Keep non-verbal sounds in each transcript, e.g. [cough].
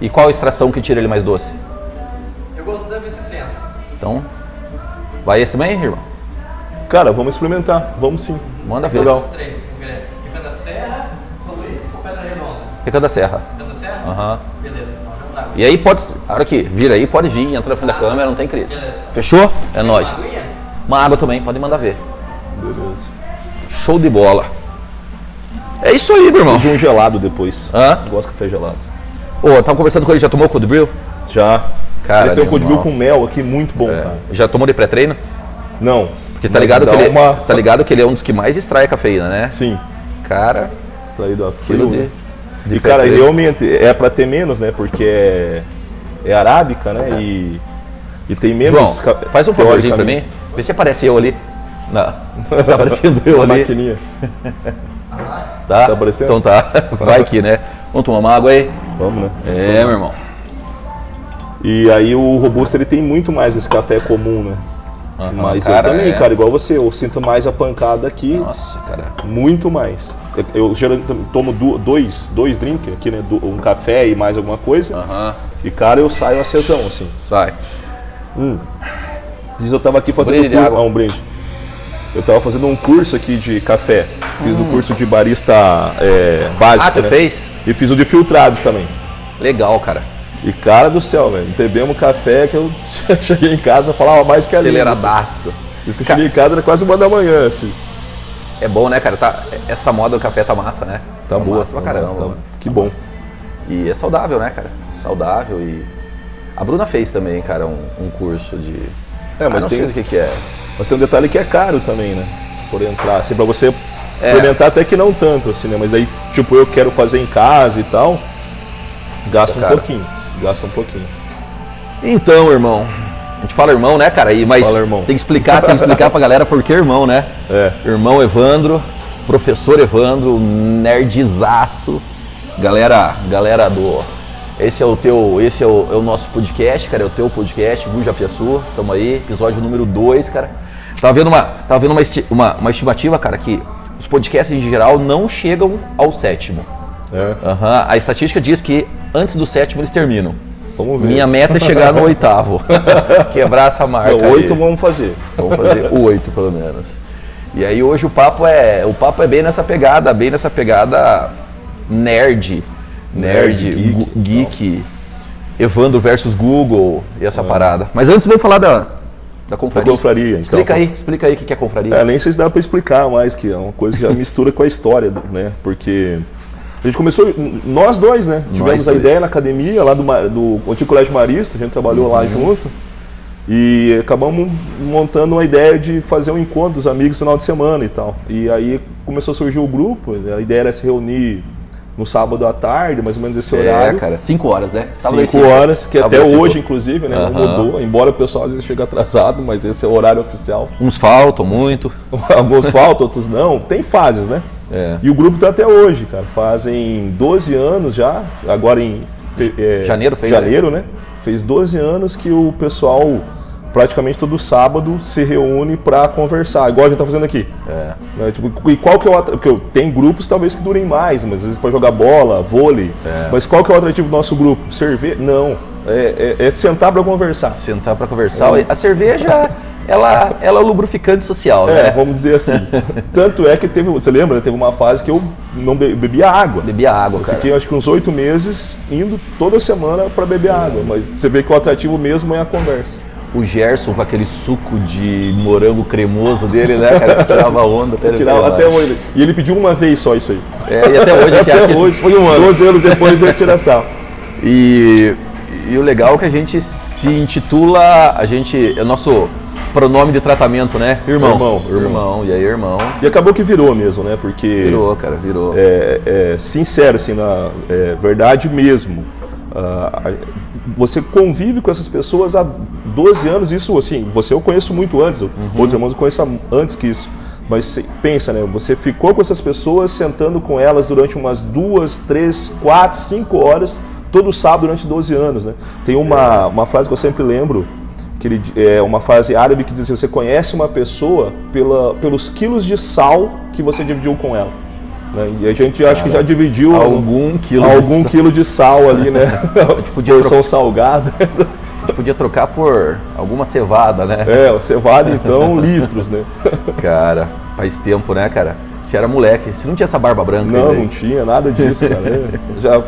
E qual a extração que tira ele mais doce? Eu gosto da V60. Então, vai esse também, irmão? Cara, vamos experimentar. Vamos sim. É Manda ver. Legal. Esses três, em breve. Rica da Serra, São Luís ou Pedra Redonda? Rica da Serra. Rica da Serra? Aham. Beleza, então já tá. E aí pode. A hora que vira aí, pode vir, entra na frente da câmera, não tem crise. Beleza. Fechou? É nóis. Aguinha? Uma água também, pode mandar ver. Beleza. Show de bola. É isso aí, meu irmão. De um gelado depois. Hã? Eu Gosto de café gelado. Ô, eu tava conversando com ele, já tomou cold brew? Já. Cara, é Eles têm um meu cold brew irmão. com mel aqui, muito bom, cara. É. Já tomou de pré-treino? Não. Porque tá mas ligado, dá que ele, uma- tá ligado que ele é um dos que mais extrai cafeína, né? Sim. Cara, Extraído a quilo frio. de, né? de E cara, pré-treino. realmente é pra ter menos, né? Porque é, é arábica, né? E, e tem menos. João, ca- faz um favorzinho pra mim. teoricamente. Vê se aparece eu ali. Não, [laughs] tá aparecendo [laughs] eu A ali. maquininha. Tá? Tá aparecendo? Então tá, [laughs] vai aqui, né? Vamos tomar uma água aí? Vamos, né? É, meu irmão. E aí o robusto ele tem muito mais esse café comum, né? Mas cara, eu também, é. cara, igual você, eu sinto mais a pancada aqui, Nossa, cara. muito mais. Eu- Eu geralmente tomo du- dois, dois drinks aqui, né? Du- Um café e mais alguma coisa. Aham, E cara, eu saio acesão, assim. sai. Diz eu tava aqui fazendo Brinde de cur- água. ah, um brinde. Eu tava fazendo um curso aqui de café. Fiz o curso de barista é, básico. Hum. Ah, tu né? fez? E fiz o de filtrados também. Legal, cara. E cara do céu, velho, bebemos um café que eu [laughs] cheguei em casa falava mais que a língua, assim. Aceleradaço. Diz que eu cheguei em casa era quase uma da manhã, assim. É bom, né, cara? Tá, essa moda do café tá massa, né? Tá boa, massa pra caramba. tá- mano. que bom. E é saudável, né, cara? Saudável e. A Bruna fez também, cara, um, um curso de. É, mas ah, não tem- sei do que, que é. Mas tem um detalhe que é caro também, né? Por entrar, assim, pra você experimentar É. até que não tanto, assim, né? Mas daí, tipo, eu quero fazer em casa e tal, gasta um Cara. pouquinho, gasta um pouquinho. Então, irmão. A gente fala irmão, né, cara? E, mas Fala, irmão. tem que explicar, tem que explicar pra galera por que irmão, né? É. Irmão Evandro, professor Evandro, nerdzaço. Galera, galera do. Esse é o teu, esse é o, é o nosso podcast, cara, é o teu podcast, Guja Piaçu, tamo aí, episódio número 2, cara. Tava vendo, uma, tava vendo uma, esti- uma, uma estimativa, cara, que os podcasts em geral não chegam ao sétimo. É. Aham, A estatística diz que antes do sétimo eles terminam. Vamos ver. Minha meta é chegar [laughs] no oitavo. [laughs] Quebrar essa marca. Então, aí. oito vamos fazer. Vamos fazer oito, pelo menos. E aí hoje o papo é. O papo é bem nessa pegada, bem nessa pegada nerd. Nerd, Nerd, gu- geek, É. geek, Evandro versus Google e essa parada. Mas antes vamos falar da, da confraria. Da confraria, então. Explica aí, explica aí o que que é confraria. É, nem sei se dá pra explicar mais, que é uma [laughs] coisa que já mistura com a história, né? Porque a gente começou, nós dois, né? Tivemos a dois. ideia na academia, lá do, ma- do antigo colégio marista, a gente trabalhou lá Uhum. junto. E acabamos montando uma ideia de fazer um encontro dos amigos no final de semana e tal. E aí começou a surgir o grupo, a ideia era se reunir no sábado à tarde, mais ou menos esse É, horário. cara, cinco horas, né? Sábado às 5 horas, que Sábado até às cinco. hoje, inclusive, né? não Aham. Mudou, embora o pessoal às vezes chegue atrasado, mas esse é o horário oficial. Uns faltam muito. [laughs] Alguns faltam, outros não. Tem fases, né? É. E o grupo tá até hoje, cara. Fazem 12 anos já, agora em fe- é, Janeiro fez, janeiro, né? Fez 12 anos que o pessoal praticamente todo sábado se reúne pra conversar, igual a gente tá fazendo aqui. É. Né, tipo, e qual que é o atrativo? Porque eu- tem grupos talvez que durem mais, mas às vezes para jogar bola, vôlei. Mas qual que é o atrativo do nosso grupo? Cerveja? Não. É, é- é sentar pra conversar. sentar para conversar. A cerveja, ela, ela é o lubrificante social, É, né? vamos dizer [laughs] assim. Tanto é que teve, você lembra, né? teve uma fase que eu não be- bebia água. Bebia água, cara. Fiquei acho que uns oito meses indo toda semana para beber Hum. água, mas você vê que o atrativo mesmo é a conversa. O Gerson com aquele suco de morango cremoso dele, né, cara? Que tirava [laughs] onda até ele Tirar falar. até hoje. E ele pediu uma vez só isso aí. É, e até hoje a gente até acha que um hoje, 12 anos depois de tirar sal. E, e o legal é que a gente se intitula, a gente, é o nosso pronome de tratamento, né? Irmão. Irmão, irmão. Irmão, e aí, irmão? E acabou que virou mesmo, né? Porque Virou, cara, virou. é, é sincero, assim, na é, verdade mesmo. Ah, a- você convive com essas pessoas há 12 anos, isso assim, você eu conheço muito antes, outros irmãos eu conheço há- antes que isso. Mas cê- pensa, né? Você ficou com essas pessoas, sentando com elas durante umas duas, três, quatro, cinco horas, todo sábado durante 12 anos, né? Tem uma, uma frase que eu sempre lembro, que ele, di- é uma frase árabe que diz assim, você conhece uma pessoa pela, pelos quilos de sal que você dividiu com ela. né? E a gente acho que já dividiu Algum quilo de algum sal. quilo de sal [laughs] ali, né? gente podia Porção salgada. [laughs] A gente podia trocar por alguma cevada, né? É, o cevada então [laughs] litros, né? Cara, faz tempo, né, cara? A gente era moleque. Você não tinha essa barba branca né? Não, ainda, não hein? tinha nada disso, cara. Eu já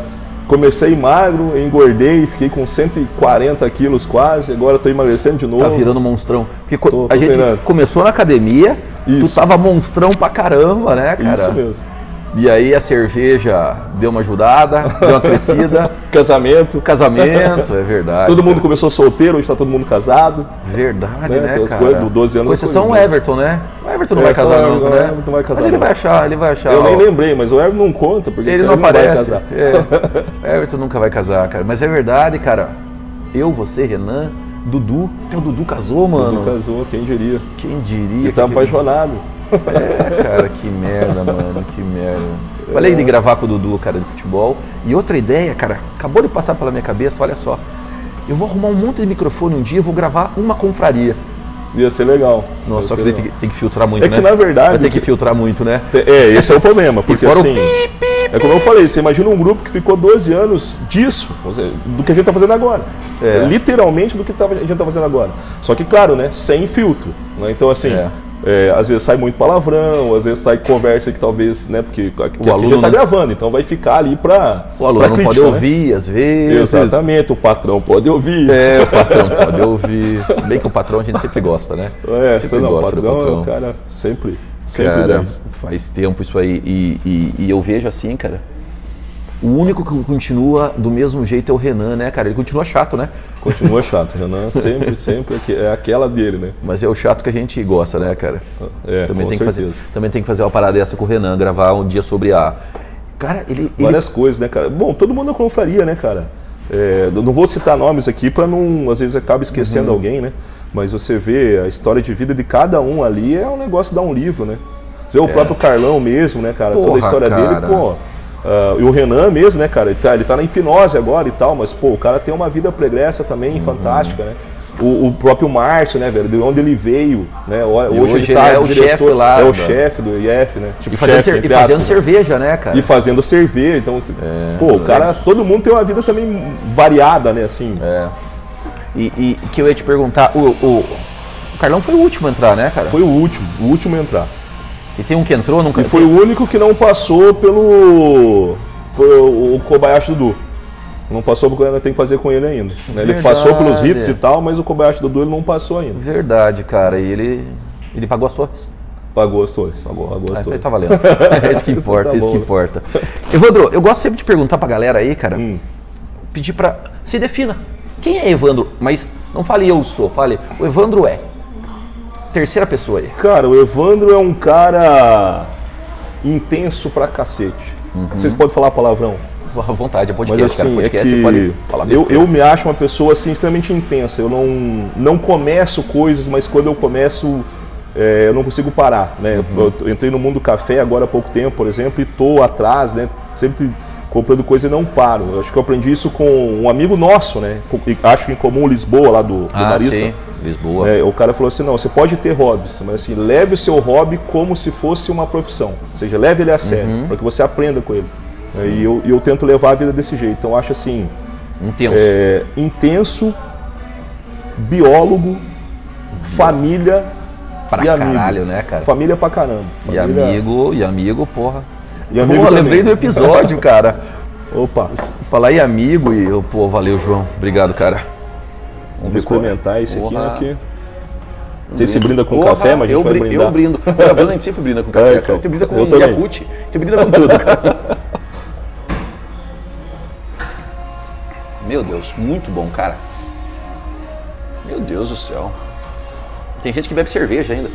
comecei magro, engordei, fiquei com 140 quilos quase, agora estou emagrecendo de novo. Tá virando monstrão. Porque co- Tô- tô a gente treinando. começou na academia, tu Isso. tava monstrão pra caramba, né, cara? Isso mesmo. E aí a cerveja deu uma ajudada, deu uma [laughs] crescida. Casamento, O casamento, é verdade. todo mundo começou solteiro, hoje está todo mundo casado. Verdade, Né, né, tem as cara? coisas do 12 anos, Com as exceção o coisas, né? Everton, né? O Everton não É, vai só casar o nunca, Everton- né? o Everton vai casar Mas ele nunca. vai achar, ele vai achar. Eu nem ó, lembrei, mas o Hermes não conta, porque Ele não vai aparece. casar. É. Everton nunca vai casar, cara. Mas é verdade, cara. Eu, você, Renan, Dudu. Até o Dudu casou, mano. Não casou, quem diria. Quem diria? E tá que- apaixonado. É, cara, que merda, mano. Que merda. Falei É. de gravar com o Dudu, cara, de futebol. E outra ideia, cara, acabou de passar pela minha cabeça, olha só. Eu vou arrumar um monte de microfone um dia, eu vou gravar uma confraria. Ia ser legal. Nossa, só que Ia ser daí legal. tem que, tem que filtrar muito, É né? que, na verdade, Vai ter que que- filtrar muito, né? É, esse é o problema, porque fora o assim. É como eu falei, você imagina um grupo que ficou 12 anos disso, ou seja, do que a gente tá fazendo agora. É. Literalmente do que tava- a gente tá fazendo agora. Só que, claro, né? Sem filtro. né? Então, assim. É. é, às vezes sai muito palavrão, às vezes sai conversa que talvez, né? Porque aqui, aqui a aluno gente tá não- gravando, então vai ficar ali pra. O aluno pra não pode crítica, né? ouvir, às vezes. Exatamente, o patrão pode ouvir. É, o patrão pode ouvir. Se bem que o patrão a gente sempre gosta, né? É, sempre não, gosta patrão, do patrão. cara, sempre, sempre Cara, 10. faz tempo isso aí. E, e- e eu vejo assim, cara. O único que continua do mesmo jeito é o Renan, né, cara? Ele continua chato, né? Continua chato, Renan, sempre, sempre, aqui- é aquela dele, né? Mas é o chato que a gente gosta, né, cara? É, também, com tem que fazer, certeza. também tem que fazer uma parada dessa com o Renan, gravar um dia sobre a. Cara, ele. ele- Várias coisas, né, cara? Bom, todo mundo na confraria, né, cara? É, eu não vou citar nomes aqui para não, às vezes, acaba esquecendo Uhum. alguém, né? Mas você vê a história de vida de cada um ali é um negócio dar um livro, né? Você vê o próprio Carlão mesmo, né, cara? Toda a É. Porra, história cara. dele, pô. ah, e o Renan mesmo, né, cara? Ele tá, ele tá na hipnose agora e tal, mas, pô, o cara tem uma vida pregressa também, Uhum. fantástica, né? O, o próprio Márcio, né, velho? De onde ele veio, né? Olha, E Hoje, hoje ele tá ele é o diretor- chefe lá É da- o chefe do IF, né? Tipo, E fazendo, chefe, cer- e entre fazendo aspas, né? cerveja, né, cara? e fazendo cerveja. Então, pô, o cara, todo mundo tem uma vida também variada, né? Assim, E, e que eu ia te perguntar, o, o, o Carlão foi o último a entrar, né, cara? foi o último, o último a entrar. E tem um que entrou, nunca E foi o único É que não passou pelo, pelo o Kobayashi Dudu. Não passou porque ainda tem que fazer com ele ainda. né? Ele Verdade. passou pelos hits e tal, mas o Kobayashi Dudu ele não passou ainda. Verdade, cara. E ele, ele pagou as suas. Pagou as torres. Pagou, pagou Ah, as então torres. tá [laughs] valendo. É isso que importa, Tá é isso bom, que né? importa. Evandro, eu gosto sempre de perguntar pra galera aí, cara. Hum. Pedir pra. Se defina. Quem é Evandro? Mas não fale eu sou, fale o Evandro é. Terceira pessoa aí. Cara, o Evandro é um cara intenso pra cacete. Vocês podem falar palavrão? À vontade, é Mas podcast, cara. assim, é Podcast, você que pode falar eu, besteira. eu me acho uma pessoa assim extremamente intensa. Eu não, não começo coisas, mas quando eu começo, é, eu não consigo parar. Né? Uhum. Eu, eu entrei no mundo do café agora há pouco tempo, por exemplo, e tô atrás, né? sempre comprando coisa e não paro. Eu acho que eu aprendi isso com um amigo nosso, né? Com- e Acho em comum Lisboa, lá do, do Ah, Marista. sim. Lisboa. É, o cara falou assim: não, você pode ter hobbies, mas assim, leve o seu hobby como se fosse uma profissão. Ou seja, leve ele a sério, Uhum. para que você aprenda com ele. É, E eu, e eu tento levar a vida desse jeito. Então, eu acho assim: Intenso. é, intenso, biólogo, família Pra e amigo. caralho, né, cara? Família pra caramba. E Família- amigo, e amigo, porra. E amigo Pô, também. lembrei do episódio, cara. [laughs] Opa, Falar em amigo e eu, pô, valeu, João. Obrigado, cara. vamos experimentar esse aqui, né? é. Porra. Que... Você se brinda com Porra, café, mas a gente eu vai brin- brindar. Eu brindo. Eu brindo, a gente sempre brinda com café, É, cara. então. Tu brinda com Eu também. Yakut, tu brinda com tudo, cara. Meu Deus, muito bom, cara. Meu Deus do céu. Tem gente que bebe cerveja ainda.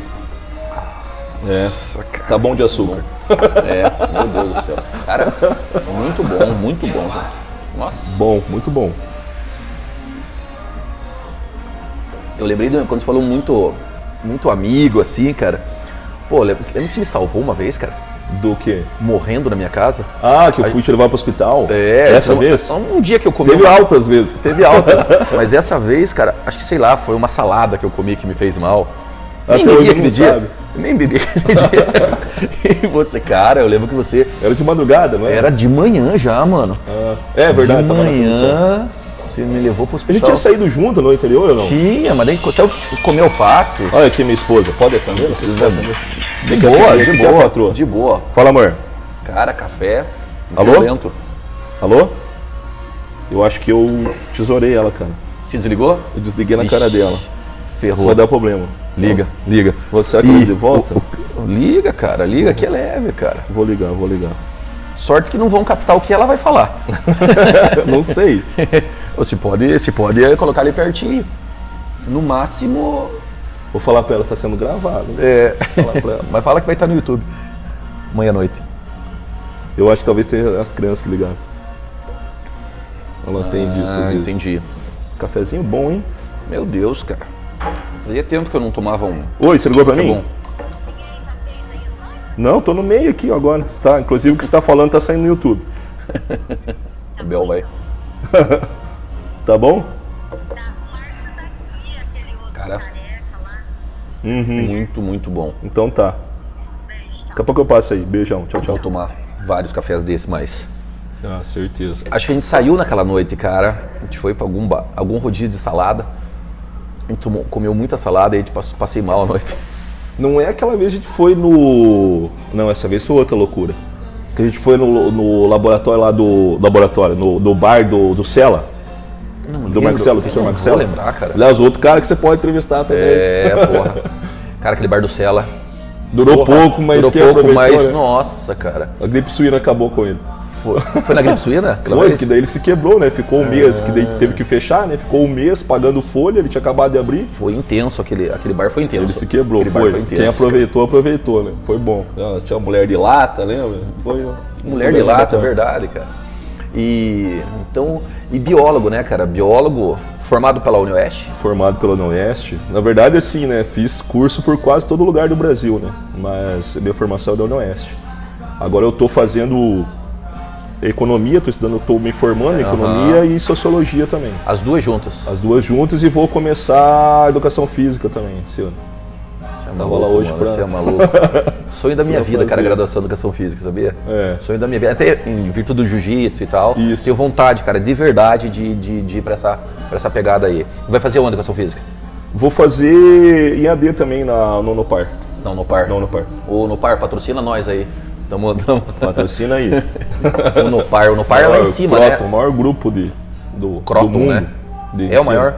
Nossa, cara. Tá bom de açúcar. É, meu Deus do céu. Cara, muito bom, muito bom, gente. Nossa. Bom, muito bom. Eu lembrei de um, quando você falou muito, muito amigo, assim, cara. Pô, lembra lembra que você me salvou uma vez, cara? Do que? Morrendo na minha casa? Ah, que eu fui te levar pro hospital? É, Essa então, vez? Um dia que eu comi. [laughs] Teve uma- altas vezes. Teve altas. mas essa vez, cara, acho que sei lá, foi uma salada que eu comi que me fez mal. Até Nem bebi hoje não aquele dia. sabe. Nem bebi aquele [laughs] dia. e você, cara, eu lembro que você Era de madrugada, não é? era de manhã já, mano. Ah, é verdade, de tava na seleção. manhã, você me levou pro A hospital. gente tinha saído junto no interior ou não? Tinha, mas daí você comeu alface. Olha aqui minha esposa, pode atender? Não sei se pode De atender. boa, aqui, de aqui é a boa. patroa. De boa. Fala, amor. Cara, café. Alô? Violento. Alô? Eu acho que eu tesourei ela, cara. Te desligou? Eu desliguei na Ixi, cara dela. Isso Ferrou. vai dar problema. Liga, liga. Você acorda de volta? o- o- liga, cara, liga que é leve, cara. Vou ligar, vou ligar. [laughs] Sorte que não vão captar o que ela vai falar. Eu não sei. Ou [laughs] se pode, se pode é colocar ali pertinho. No máximo, Vou falar pra ela, está sendo gravado. É. Falar pra ela. [laughs] mas fala que vai estar no YouTube. Amanhã à noite. Eu acho que talvez tenha as crianças que ligaram. Ela atende isso Ah, às vezes. Cafezinho bom, hein? Meu Deus, cara. Fazia tempo que eu não tomava um. Oi, você ligou pra mim? bom. Não, tô no meio aqui agora. Você tá- inclusive o que você tá falando tá saindo no YouTube. O Bel vai. Tá bom? Cara. Muito, muito bom. Então tá. Daqui a pouco eu passo aí. Beijão. Tchau, tchau. Vou tomar vários cafés desse, mas. Ah, certeza. Acho que a gente saiu naquela noite, cara. A gente foi pra algum, ba- algum rodízio de salada. A gente tomou- comeu muita salada e a gente passou- passei mal a noite. Não é aquela vez que a gente foi no. Não, essa vez foi outra loucura. Que a gente foi no, no laboratório lá do. Laboratório, no, no bar do, do Cela. do lembro. Marcelo, do Eu senhor não Marcelo. vou lembrar, cara. Aliás, outro cara que você pode entrevistar também. É, porra. Cara, aquele bar do Sela. Durou pouco, mas Durou quem pouco, aproveitou, mas né? nossa, cara. A gripe suína acabou com ele. Foi, foi na gripe suína? aquela [laughs] Foi, vez? É. porque daí ele se quebrou, né? Ficou um mês, que daí teve que fechar, né? Ficou um mês pagando folha, ele tinha acabado de abrir. Foi intenso, aquele, aquele bar foi intenso. Ele se quebrou, aquele foi. Bar foi Quem intenso. aproveitou, aproveitou, né? Foi bom. Ah, Tinha mulher de lata, lembra? Foi. um Mulher de lata, é verdade, cara. E então, e biólogo, né, cara? Biólogo formado pela Unioeste. Formado pela Oeste. Na verdade, assim, né? Fiz curso por quase todo lugar do Brasil, né? Mas a minha formação é da Oeste. Agora eu tô fazendo economia, tô estudando, tô me formando em economia e sociologia também. As duas juntas. As duas juntas e vou começar a educação física também esse ano. Você é lá Tá hoje pra- Você é [laughs] maluco. Sonho da minha pra vida, cara, fazer. graduação em educação física, sabia? É. Sonho da minha vida. Até em virtude do jiu-jitsu e tal. Isso. Tenho vontade, cara, de verdade, de, de, de ir pra essa, pra essa pegada aí. Vai fazer onde educação física? Vou fazer IAD também na no Nopar. Não, no par. Não, no par. Ô, Nopar, patrocina nós aí. Tamo, tamo. [laughs] Patrocina aí. O Nopar, o Nopar é lá Maior em cima, Croton, né? O maior grupo de, do, Croton, do mundo. né? de É o ensino. maior?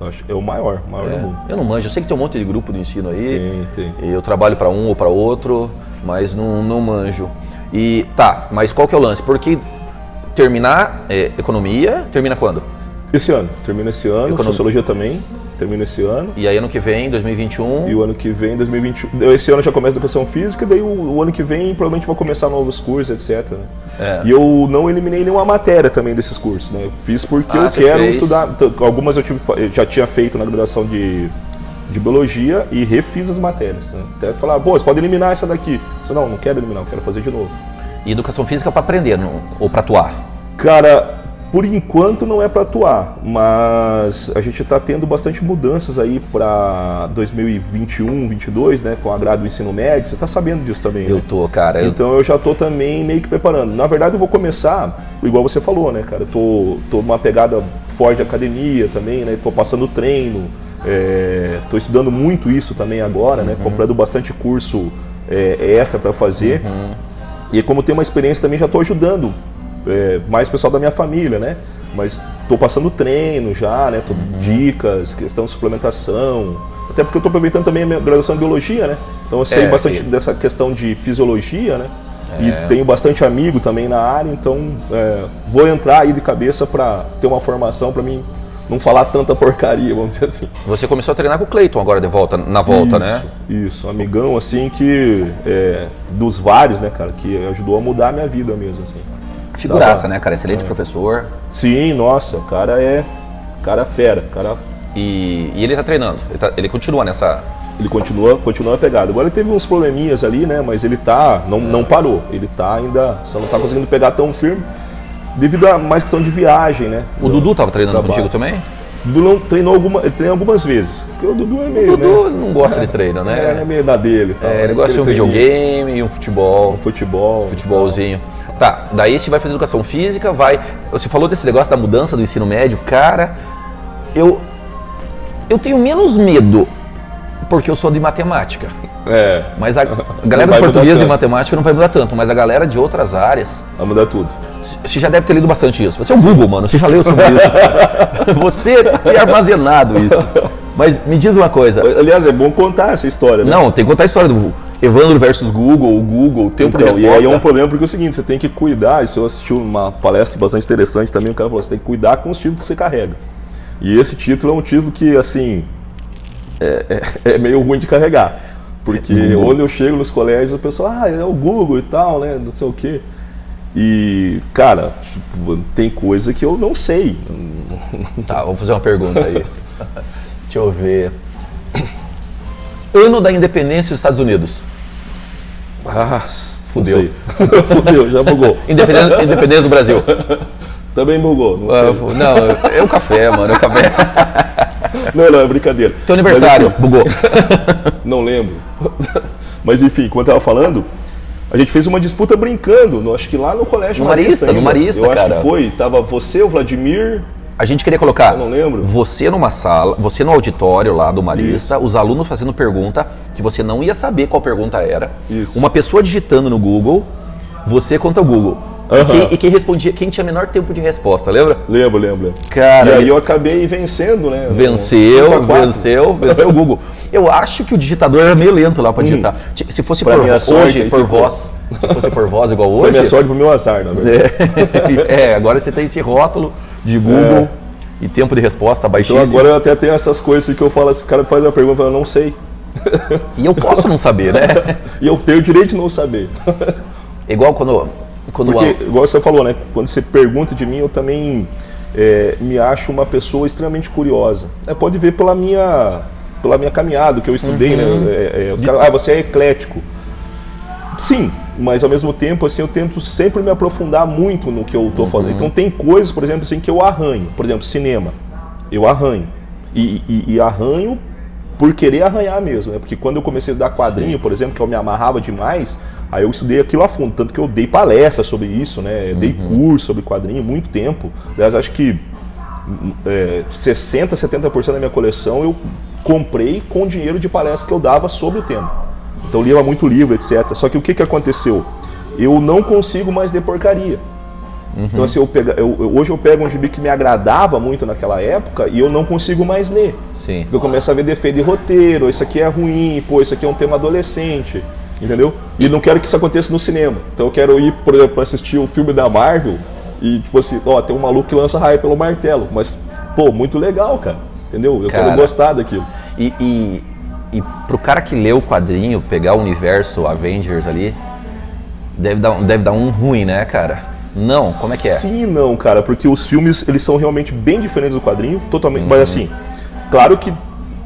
Acho- É o maior, o maior do mundo. Eu não manjo, eu sei que tem um monte de grupo de ensino aí. Tem, E eu trabalho pra um ou pra outro, mas não, não manjo. E tá, mas qual que é o lance? Porque terminar é, economia, termina quando? Esse ano, termina esse ano. Economia. Sociologia também, termina esse ano. E um, aí ano que vem, 2021, E o ano que vem, 2021. Esse ano já começa educação física, daí o, o ano que vem provavelmente vou começar novos cursos, etc. né? É. E eu não eliminei nenhuma matéria também desses cursos, né? Eu Fiz porque Ah, eu você quero fez. estudar. T- Algumas eu, tive, eu já tinha feito na graduação de, de biologia e refiz as matérias. Né? Até falar, pô, você pode eliminar essa daqui. Eu falei, não, não quero eliminar, eu quero fazer de novo. e educação física pra aprender não- ou pra atuar. Cara, por enquanto não é para atuar, mas a gente está tendo bastante mudanças aí para 2021, 2022, né? Com a grade do ensino médio, você está sabendo disso também, Eu né? tô, cara. eu- Então eu já tô também meio que preparando. Na verdade, eu vou começar, igual você falou, né, cara? Eu tô, tô numa pegada forte de academia também, né? Tô passando treino, é, tô estudando muito isso também agora, Uhum. né? Comprando bastante curso é, extra para fazer. Uhum. E como tem uma experiência também, já tô ajudando é, mais o pessoal da minha família, né? Mas tô passando treino já, né? Tô, Uhum. Dicas, questão de suplementação. Até porque eu tô aproveitando também a minha graduação em biologia, né? Então eu sei É, bastante e- É. dessa questão de fisiologia, né? E tenho bastante amigo também na área, então é, vou entrar aí de cabeça para ter uma formação para mim não falar tanta porcaria, vamos dizer assim. Você começou a treinar com o Cleiton agora de volta, na volta, né? isso, Isso, um amigão assim que é, dos vários, né, cara, que ajudou a mudar a minha vida mesmo assim. Figuraça, Tava- né, cara? Excelente professor. Sim, nossa, o cara é cara fera, cara. E, e ele tá treinando. Ele, tá- ele continua nessa. Ele continua, continua a pegada. Agora ele teve uns probleminhas ali, né, mas ele tá não, não parou. Ele tá ainda, só não tá conseguindo pegar tão firme devido a mais questão de viagem, né? O Dudu tava treinando Trabalho. contigo também? Dulão treinou alguma, ele treina algumas vezes. Porque o Dudu é meio. O Dudu né? não gosta de treino, É, ele é né? meio na dele e tal. É, ele gosta de um Aquele treininho, videogame e um futebol. um futebol. Futebolzinho. Tá, daí você vai fazer educação física, vai. Você falou desse negócio da mudança do ensino médio, cara. Eu. Eu tenho menos medo, porque eu sou de matemática. É. Mas a [laughs] Não galera vai de mudar português e tanto. matemática não vai mudar tanto, mas a galera de outras áreas. Vai mudar tudo. Você já deve ter lido bastante isso. Você é o Google, mano. Você já leu sobre [laughs] isso. Você tem armazenado isso. Mas me diz uma coisa. Aliás, é bom contar essa história, né? Não, tem que contar a história do Evandro versus Google, o Google, o tempo Então, de e aí é um resposta. problema porque é o seguinte, você tem que cuidar, isso eu assisti uma palestra bastante interessante também, o cara falou, você tem que cuidar com os títulos que você carrega. E esse título é um título que, assim, é, é- é meio ruim de carregar. Porque Uhum. onde eu chego nos colégios, o pessoal, ah, é o Google e tal, né, não sei o quê. E, cara, tipo, tem coisa que eu não sei. Tá, vou fazer uma pergunta aí. [laughs] Deixa eu ver. Ano da independência dos Estados Unidos. Ah, fudeu. fudeu, [laughs] já bugou. Independência, independência do Brasil. Também bugou, não Ah, sei. eu- Não, é o café, mano. É o café. Não, não, é brincadeira. [laughs] Teu Mas, aniversário, assim, bugou. Não lembro. [laughs] Mas enfim, quando eu tava falando, a gente fez uma disputa brincando, no- acho que lá no colégio No Marista, no ainda. Marista, Eu acho cara. que foi, tava você, o Vladimir, A gente queria colocar Eu não lembro. você numa sala, você no auditório lá do Marista, os alunos fazendo pergunta que você não ia saber qual pergunta era. Isso. Uma pessoa digitando no Google, você contra o Google. E, Aham. quem, e quem respondia, quem tinha menor tempo de resposta, lembra? lembro, lembro. Cara, e aí eu acabei vencendo, né? Venceu, 5 a 4. venceu, venceu o Google. Eu acho que o digitador era meio lento lá pra digitar. Se fosse por Hum. minha vo- sorte, hoje, aí por ficou. voz, se fosse por voz igual Foi hoje, minha [laughs] sorte né? pro meu azar, na verdade. é, agora você tem esse rótulo de Google e tempo de resposta É. Então baixíssimo. agora eu até tenho essas coisas que eu falo, esse cara faz uma pergunta, eu falo, eu não sei. [laughs] E eu posso não saber, né? E eu tenho o direito de não saber. É Igual quando. quando Porque, a- igual você falou, né? Quando você pergunta de mim, eu também é, me acho uma pessoa extremamente curiosa. É, pode ver pela minha, pela minha caminhada, que eu estudei, né? É, é, o cara, ah, você é eclético. Sim, mas ao mesmo tempo, assim, eu tento sempre me aprofundar muito no que eu tô falando. Então tem coisas, por exemplo, assim, que eu arranho. Por exemplo, cinema. Eu arranho. E, e- e arranho por querer arranhar mesmo, né? Porque quando eu comecei a estudar quadrinho, por exemplo, que eu me amarrava demais, aí eu estudei aquilo a fundo. Tanto que eu dei palestra sobre isso, né? Dei curso sobre quadrinho muito tempo. Aliás, acho que é, 60%, 70% da minha coleção eu comprei com o dinheiro de palestras que eu dava sobre o tema. Então eu lia muito livro, etc. Só que o que, que aconteceu? Eu não consigo mais ler porcaria. Então assim, eu pega, eu- eu- hoje eu pego um gibi que me agradava muito naquela época e eu não consigo mais ler. Sim. Porque eu começo a ver defeito de roteiro, isso aqui é ruim, pô, isso aqui é um tema adolescente, entendeu? E não quero que isso aconteça no cinema. Então eu quero ir, por exemplo, pra assistir o filme da Marvel e, tipo assim, ó, tem um maluco que lança raio pelo martelo, mas, pô, muito legal, cara, entendeu? Eu Cara. quero gostar daquilo. E, e, e pro cara que lê o quadrinho, pegar o universo Avengers ali, deve dar, deve dar um ruim, né, cara? Não, como é que é? Sim, e não, cara, porque os filmes eles são realmente bem diferentes do quadrinho, totalmente. Uhum. Mas assim, claro que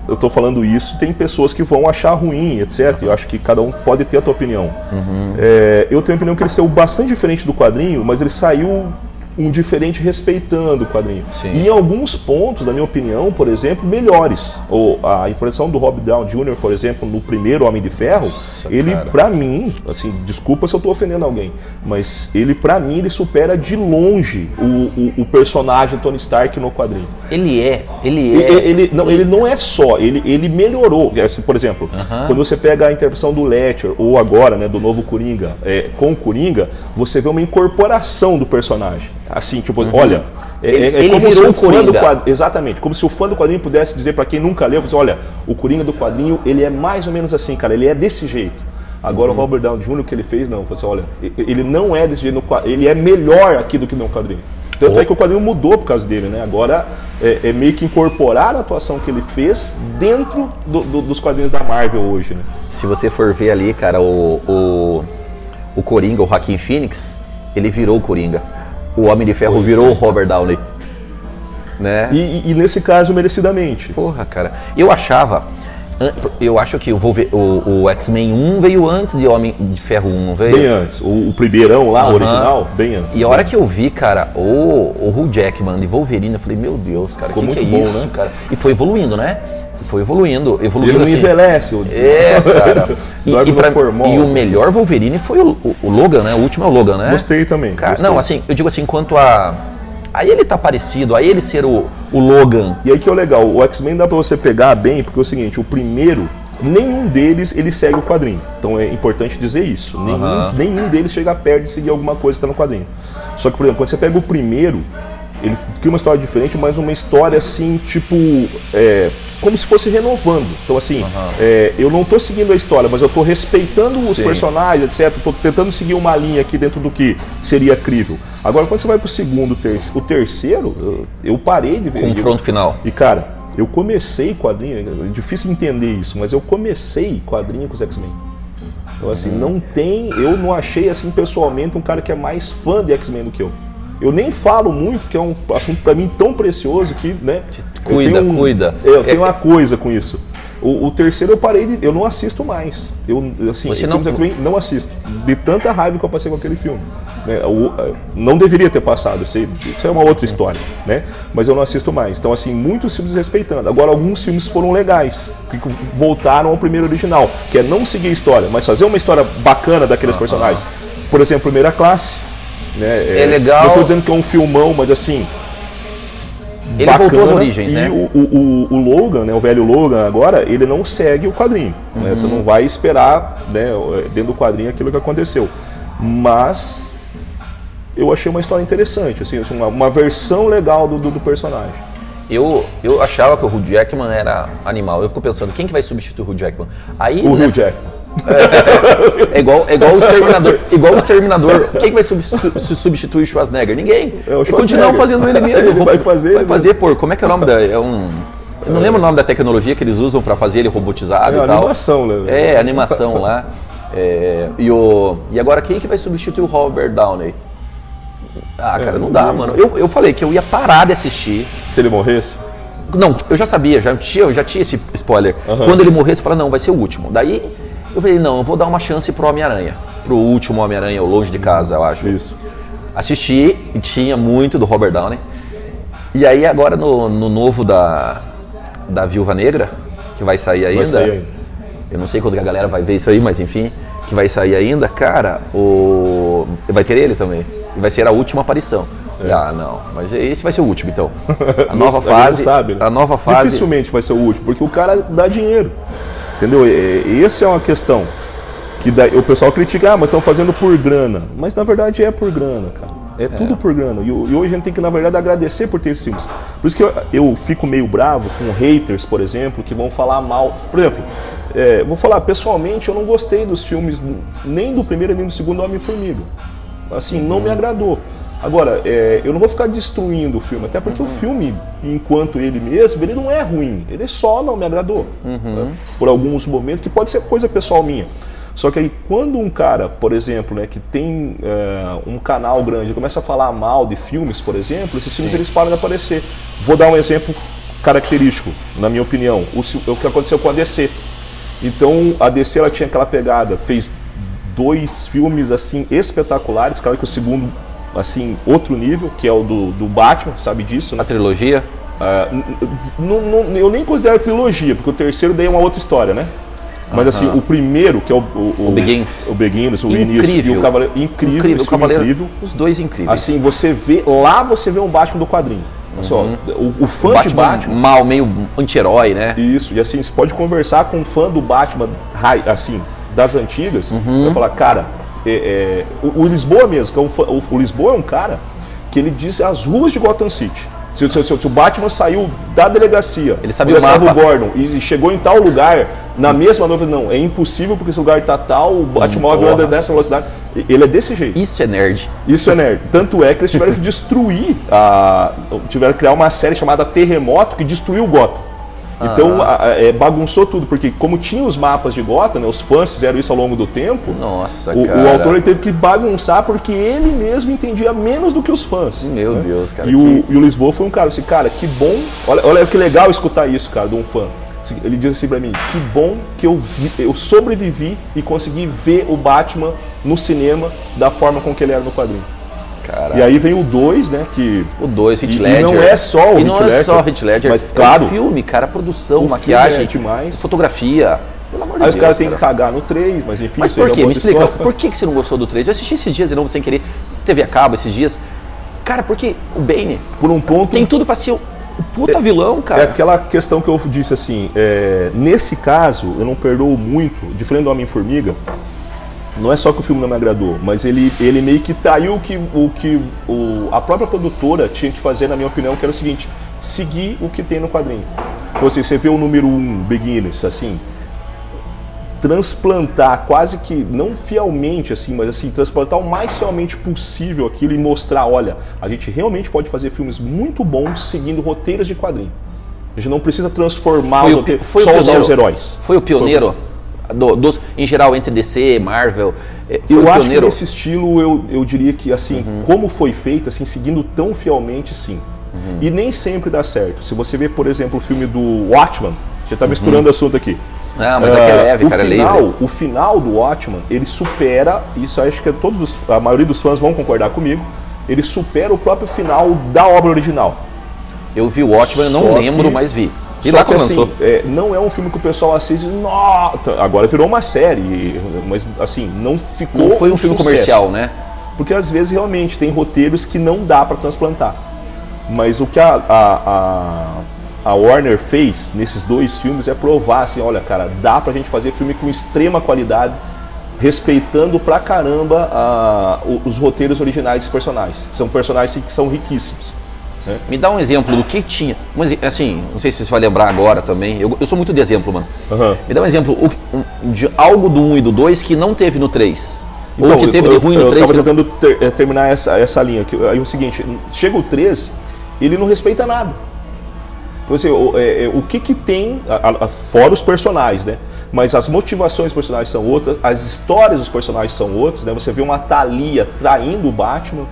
eu tô falando isso, tem pessoas que vão achar ruim, etc. Eu acho que cada um pode ter a tua opinião. Uhum. É, eu tenho a opinião que ele saiu bastante diferente do quadrinho, mas ele saiu um diferente respeitando o quadrinho. Sim. E em alguns pontos, na minha opinião, por exemplo, melhores. Ou a impressão do Rob Down Jr., por exemplo, no primeiro Homem de Ferro, ele cara. Pra mim, assim, desculpa se eu tô ofendendo alguém, mas ele, pra mim, ele supera de longe o, o, o personagem Tony Stark no quadrinho. Ele é, ele E- é. e- Ele, não, ele não é só, ele, ele melhorou. É, assim, Por exemplo, quando você pega a interpretação do Letcher, ou agora, né, do novo Coringa, é, com o Coringa, você vê uma incorporação do personagem. Assim, tipo, olha. É, Ele- é- é ele como se virou o o fã do Coringa. quadrinho. Exatamente, como se o fã do quadrinho pudesse dizer pra quem nunca leu, assim, olha, o Coringa do quadrinho, ele é mais ou menos assim, cara, ele é desse jeito. Uhum. Agora o Robert Downey Jr., o que ele fez, não, falou assim, olha, e- ele não é desse jeito no quadrinho, ele é melhor aqui do que no quadrinho. Tanto Oh. é que o quadrinho mudou por causa dele, né? Agora é, é meio que incorporar a atuação que ele fez dentro do- do- dos quadrinhos da Marvel hoje, né? Se você for ver ali, cara, o, o, o Coringa, o Joaquim Phoenix, ele virou o Coringa. O Homem de Ferro Pois virou é. o Robert Downey. Né? É. E, e- e nesse caso, merecidamente. Porra, cara. Eu achava an- eu acho que o, Wolver- o, o X-Men 1 veio antes de Homem de Ferro 1, não veio? Bem antes. O, o primeirão lá, Aham. original, bem antes. E a hora que eu vi, cara, o, o Hugh Jackman de Wolverine, eu falei, meu Deus, cara, Ficou que que é muito bom, isso, né? cara? E foi evoluindo, né? Foi evoluindo, Ele evoluindo não assim. envelhece, o É, cara. E, Dorme e, pra- no formol. e o melhor Wolverine foi o, o- o Logan, né? O último é o Logan, né? Gostei também, Cara, gostei. Não, assim, eu digo assim, quanto a. A ele tá parecido, a ele ser o, o Logan. E aí que é o legal, o X-Men dá pra você pegar bem, porque é o seguinte, o primeiro, nenhum deles ele segue o quadrinho. Então é importante dizer isso. Nenhum, nenhum deles chega perto de seguir alguma coisa que tá no quadrinho. Só que, por exemplo, quando você pega o primeiro, ele cria uma história diferente, mas uma história assim, tipo. é, como se fosse renovando. Então, assim, é, eu não tô seguindo a história, mas eu tô respeitando os personagens, etc. Tô tentando seguir uma linha aqui dentro do que seria crível. Agora, quando você vai pro segundo, terce- o terceiro, eu, eu parei de ver. eu- Confronto final. e cara, eu comecei quadrinho, é difícil entender isso, mas eu comecei quadrinho com os X-Men. Então Hum. assim, não tem, eu não achei assim pessoalmente um cara que é mais fã de X-Men do que eu. Eu nem falo muito, que é um assunto pra mim tão precioso que, né? eu cuida, tenho um- cuida. é, Eu tenho É- uma coisa com isso. O, o terceiro eu parei de, eu não assisto mais. Eu assim, Você filmes não- do X-Men não assisto. De tanta raiva que eu passei com aquele filme. né? O- não deveria ter passado, isso aí- isso é uma outra história, né? Mas eu não assisto mais. Então, assim, muitos filmes respeitando. Agora, alguns filmes foram legais, que voltaram ao primeiro original, que é não seguir a história, mas fazer uma história bacana daqueles personagens. Por exemplo, Primeira Classe. Né? É legal. Não tô dizendo que é um filmão, mas assim, Ele bacana. voltou às origens, e né? O, o, o- o Logan, né, o velho Logan agora, ele não segue o quadrinho. né? Você não vai esperar né, dentro do quadrinho aquilo que aconteceu. Mas eu achei uma história interessante, assim, uma, uma versão legal do, do, do personagem. Eu, eu achava que o Hugh Jackman era animal. Eu fico pensando, quem que vai substituir o Hugh Jackman? Aí, O Hugh nessa- Jackman. É igual, é igual o Exterminador. igual o Exterminador. Quem que vai substitu- su- substituir o Schwarzenegger? Ninguém. É, o E Continuam Schwarzenegger. fazendo ele mesmo. Ele vai fazer né? ele Vai fazer, pô. Como é que é o nome da. É um. Eu não lembro o nome da tecnologia que eles usam pra fazer ele robotizado É e uma tal. animação, né? É, animação lá. É, e, o, e agora quem é que vai substituir o Robert Downey? Ah, É, cara, não né? dá, mano. Eu, eu falei que eu ia parar de assistir. Se ele morresse. Não, eu já sabia, já tinha, eu já tinha esse spoiler. Quando ele morrer, você fala, não, vai ser o último. Daí eu falei, não, eu vou dar uma chance pro Homem-Aranha. Pro último Homem-Aranha, o longe de casa, eu acho. Isso. Assisti e tinha muito do Robert Downey. E aí agora no, no novo da, da Viúva Negra, que vai sair ainda. sair ainda. Eu não sei quando que a galera vai ver isso aí, mas enfim, que vai sair ainda, cara, o. Vai ter ele também. E vai ser a última aparição. Falei, Ah, não. Mas esse vai ser o último, então. A É. [laughs] Não- nova a gente não fase. sabe, né? A nova fase. Dificilmente vai ser o último, porque o cara dá dinheiro. Entendeu? E- e- Essa é uma questão que daí o pessoal critica, ah, mas estão fazendo por grana. Mas na verdade é por grana, cara. É tudo por grana. E, o- e hoje a gente tem que, na verdade, agradecer por ter esses filmes. Por isso que eu, eu fico meio bravo com haters, por exemplo, que vão falar mal. Por exemplo, é, vou falar, pessoalmente, eu não gostei dos filmes, nem do primeiro nem do segundo Homem-Formiga assim, não me agradou. Agora, é, eu não vou ficar destruindo o filme, até porque o filme, enquanto ele mesmo, ele não é ruim, ele só não me agradou. né? Por alguns momentos, que pode ser coisa pessoal minha. Só que aí, quando um cara, por exemplo, né, que tem é, um canal grande, começa a falar mal de filmes, por exemplo, esses filmes eles param de aparecer. Vou dar um exemplo característico, na minha opinião, o, se- o que aconteceu com a DC. Então a DC ela tinha aquela pegada, fez dois filmes assim espetaculares, claro que o segundo assim outro nível, que é o do, do Batman, sabe disso, A né? trilogia. Ah, n- n- não- eu nem considero trilogia, porque o terceiro daí é uma outra história, né? Mas assim, o primeiro, que é o, o, O Begins. o Begins, o início, e Incrível. o Cavaleiro, incrível, Incrível, esse o filme Cavaleiro. incrível. Os dois incríveis. Assim, você vê, lá você vê um Batman do quadrinho. Olha só, o, o fã de Uhum. Batman, Batman mal, meio anti-herói, né? isso, e assim, você pode conversar com um fã do Batman, rai- assim, das antigas, Uhum. vai falar, cara, é- é, o, o Lisboa mesmo, que é um fã- o, o Lisboa é um cara que ele diz as ruas de Gotham City. Se, se- se- se o Batman saiu da delegacia, Ele sabe quando o tava mapa. o Gordon e e chegou em tal lugar, na mesma noite, não, é impossível porque esse lugar tá tal, o Batmóvel porra. anda nessa velocidade. E- Ele é desse jeito. Isso é nerd. Isso é nerd. Tanto é que [laughs] eles tiveram que destruir a. Tiveram que criar uma série chamada Terremoto que destruiu Gotham. Ah. Então a- a- é, bagunçou tudo, porque como tinha os mapas de Gotham, né, os fãs fizeram isso ao longo do tempo, Nossa, o, o cara. autor ele teve que bagunçar porque ele mesmo entendia menos do que os fãs. Meu Deus, Hum, cara. É. E que- o, e o Lisboa foi um cara, assim, cara, que bom. Olha, olha que legal escutar isso, cara, de um fã. ele diz assim pra mim, que bom que eu, vi- eu sobrevivi e consegui ver o Batman no cinema da forma com que ele era no quadrinho. Cara, E aí vem o 2, né, que... o 2, Hit E- e Ledger. não é só o E não Heath é Ledger, só o Hit Ledger. mas, É um claro. filme, cara, produção, filme é maquiagem, demais. fotografia. Pelo amor de Aí os Deus, caras têm que cara. cagar no 3, mas enfim, Mas isso aí por é quê? uma Me outra explica, história. por que que você não gostou do 3? Eu assisti esses dias de novo sem querer, TV a cabo esses dias. Cara, porque o Bane Por um ponto... tem tudo pra ser o o puta vilão, É cara. aquela questão que eu disse assim, é, nesse caso, eu não perdoo muito, diferente do Homem-Formiga, não é só que o filme não me agradou, mas ele, ele meio que traiu o que, o que o- a própria produtora tinha que fazer, na minha opinião, que era o seguinte, seguir o que tem no quadrinho. Ou seja, você vê o número 1, um, Beginners, assim, transplantar quase que, não fielmente assim, mas assim, transplantar o mais fielmente possível aquilo e mostrar, olha, a gente realmente pode fazer filmes muito bons seguindo roteiros de quadrinho. A gente não precisa transformar os roteiros, só usar os heróis. Foi o pioneiro do- dos, em geral, entre DC, Marvel. é, Foi eu o acho que pioneiro. Uhum. nesse estilo eu, eu diria que assim, como foi feito, assim, seguindo tão fielmente, sim. Uhum. E nem sempre dá certo. Se você vê, por exemplo, o filme do Watchman, já tá misturando assunto aqui. Uhum. Ah, mas aqui é leve, o cara, é final, livre. O final do Watchman, ele supera, isso acho que todos os- a maioria dos fãs vão concordar comigo, ele supera o próprio final da obra original. Eu vi o Watchmen, eu não Só lembro, que- mas vi. E Só lá que começou. assim, é, não é um filme que o pessoal assiste, nota, agora virou uma série, mas assim, não ficou não foi um filme sucesso. comercial, né? Porque às vezes realmente tem roteiros que não dá para transplantar. Mas o que a, a, a, a Warner fez nesses dois filmes é provar assim, olha cara, dá pra gente fazer filme com extrema qualidade, respeitando pra caramba a- o- os roteiros originais dos personagens. São personagens que são riquíssimos. Me dá um exemplo do que tinha. Um exe- assim, não sei se você vai lembrar agora também. Eu, eu sou muito de exemplo, mano. Aham. Me dá um exemplo o que- um- de algo do 1 e do 2 que não teve no 3. Ou que Então, eu- teve eu, de ruim eu no 3. tava tentando ter- eh, terminar essa, essa linha. Que, aí o seguinte, chega o 3, ele não respeita nada. Então, assim, o, é, é, o que que tem, a- a- a- fora os personagens, né? Mas as motivações dos personagens são outras, as histórias dos personagens são outras, né? Você vê uma Thalia traindo o Batman,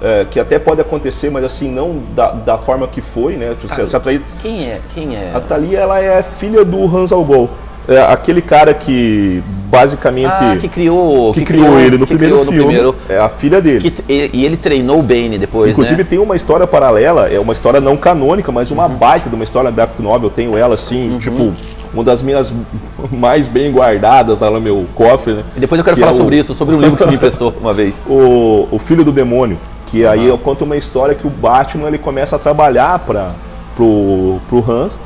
eh, que até pode acontecer, mas assim, não da, da forma que foi, né? Você, essa trai- Quem é? Quem é? a Thalia, ela é filha do Hans Algol. É aquele cara que basicamente Ah, que criou. que, criou, ele no que primeiro criou filme. É a filha dele. Que t- e, e ele treinou o Bane depois, Inclusive né? Uhum. tem uma história paralela, é uma história não canônica, mas uma baita de uma história graphic novel, eu tenho ela assim, tipo, uma das minhas [laughs] mais bem guardadas lá no meu cofre, né? E depois eu quero Que falar é o- sobre isso, sobre um livro que você [laughs] me emprestou uma vez. o, o Filho do Demônio, que aí eu conto uma história que o Batman ele começa a trabalhar para pro, pro Hans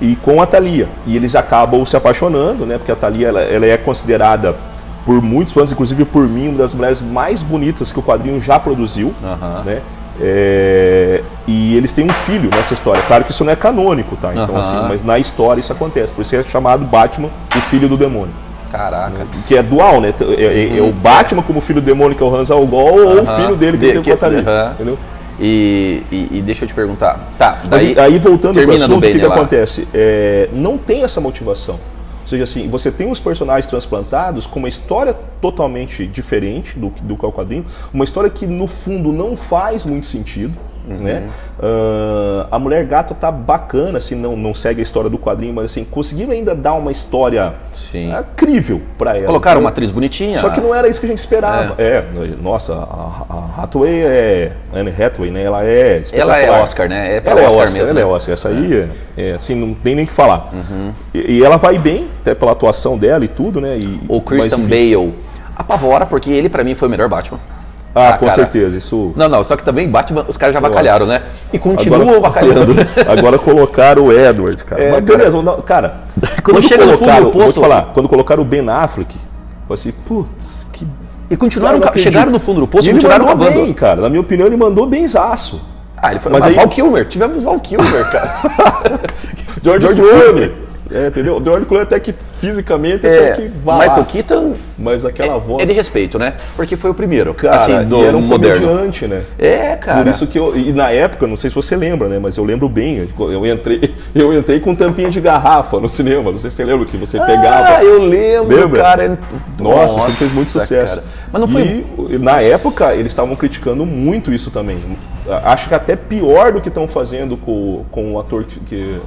e, e com a Thalia. E eles acabam se apaixonando, né? Porque a Thalia ela, ela é considerada por muitos fãs, inclusive por mim, uma das mulheres mais bonitas que o quadrinho já produziu, Aham. né? É, e eles têm um filho nessa história. Claro que isso não é canônico, tá? Então, Aham. assim, mas na história isso acontece. Por isso é chamado Batman, o filho do demônio Caraca. que é dual, né? É, é- é o Batman como filho do demônio, que é o Hans Algol, ou o Uhum. Aham. filho dele, De- que, que- é tem o Cotarim, aham. entendeu? E, e- e deixa eu te perguntar. Tá, Mas daí. aí voltando para o termina no assunto, o que, Bane que lá. acontece? É, não tem essa motivação. Ou seja, assim, você tem os personagens transplantados com uma história totalmente diferente do, que- do que é o quadrinho, uma história que no fundo não faz muito sentido. Uhum. Né? Ah, a Mulher Gato tá bacana, assim, não, não segue a história do quadrinho, mas assim, conseguiu ainda dar uma história Sim. ah, crível para ela. Colocaram uma entendeu? atriz bonitinha. Só que não era isso que a gente esperava. É, nossa, a, a Hathaway é. a Anne Hathaway, né? Ela é. Ela é espetacular. Oscar, né? É pra Ela é Oscar, Oscar, mesmo. ela né? Uhum. é Oscar. Essa aí, é, é, assim, não tem nem o que falar. E, e ela vai bem, até pela atuação dela e tudo, né? E, O Christian mas, enfim. Bale apavora, porque ele pra mim foi o melhor Batman. Ah, Ah, com cara. certeza, isso. Não, não, só que também Batman, os caras já avacalharam, né? E continuam avacalhando, né? [laughs] agora colocaram o Edward, cara. É, Mas cara. beleza, não, cara. Quando Quando, chega no fundo do colocaram, vou poço- te falar, quando colocaram o Ben Affleck, eu falei assim, putz, que E continuaram, Cara, não ca- chegaram acredito. no fundo do poço E e ele continuaram mandou cavando. bem, cara. Na minha opinião, ele mandou benzaço. [laughs] Ah, ele foi. Mas Mas aí... aí- Val Kilmer, tivemos Val Kilmer, [laughs] cara. George, George Clooney. É, entendeu? George Clooney até que fisicamente É, até que vai Michael Keaton Mas aquela voz... é de respeito, né? Porque foi o primeiro, cara, assim, e do era um moderno. comediante, né? É, cara. Por isso que eu... E na época, não sei se você lembra, né? Mas eu lembro bem. Eu entrei, eu entrei com tampinha de garrafa no cinema. Não sei se você lembra que você pegava. Ah, eu lembro, Lembra? cara. Nossa, o filme fez muito Nossa, sucesso. cara. Mas não foi. E na época eles estavam criticando muito isso também. Acho que até pior do que estão fazendo com, com o ator que. que-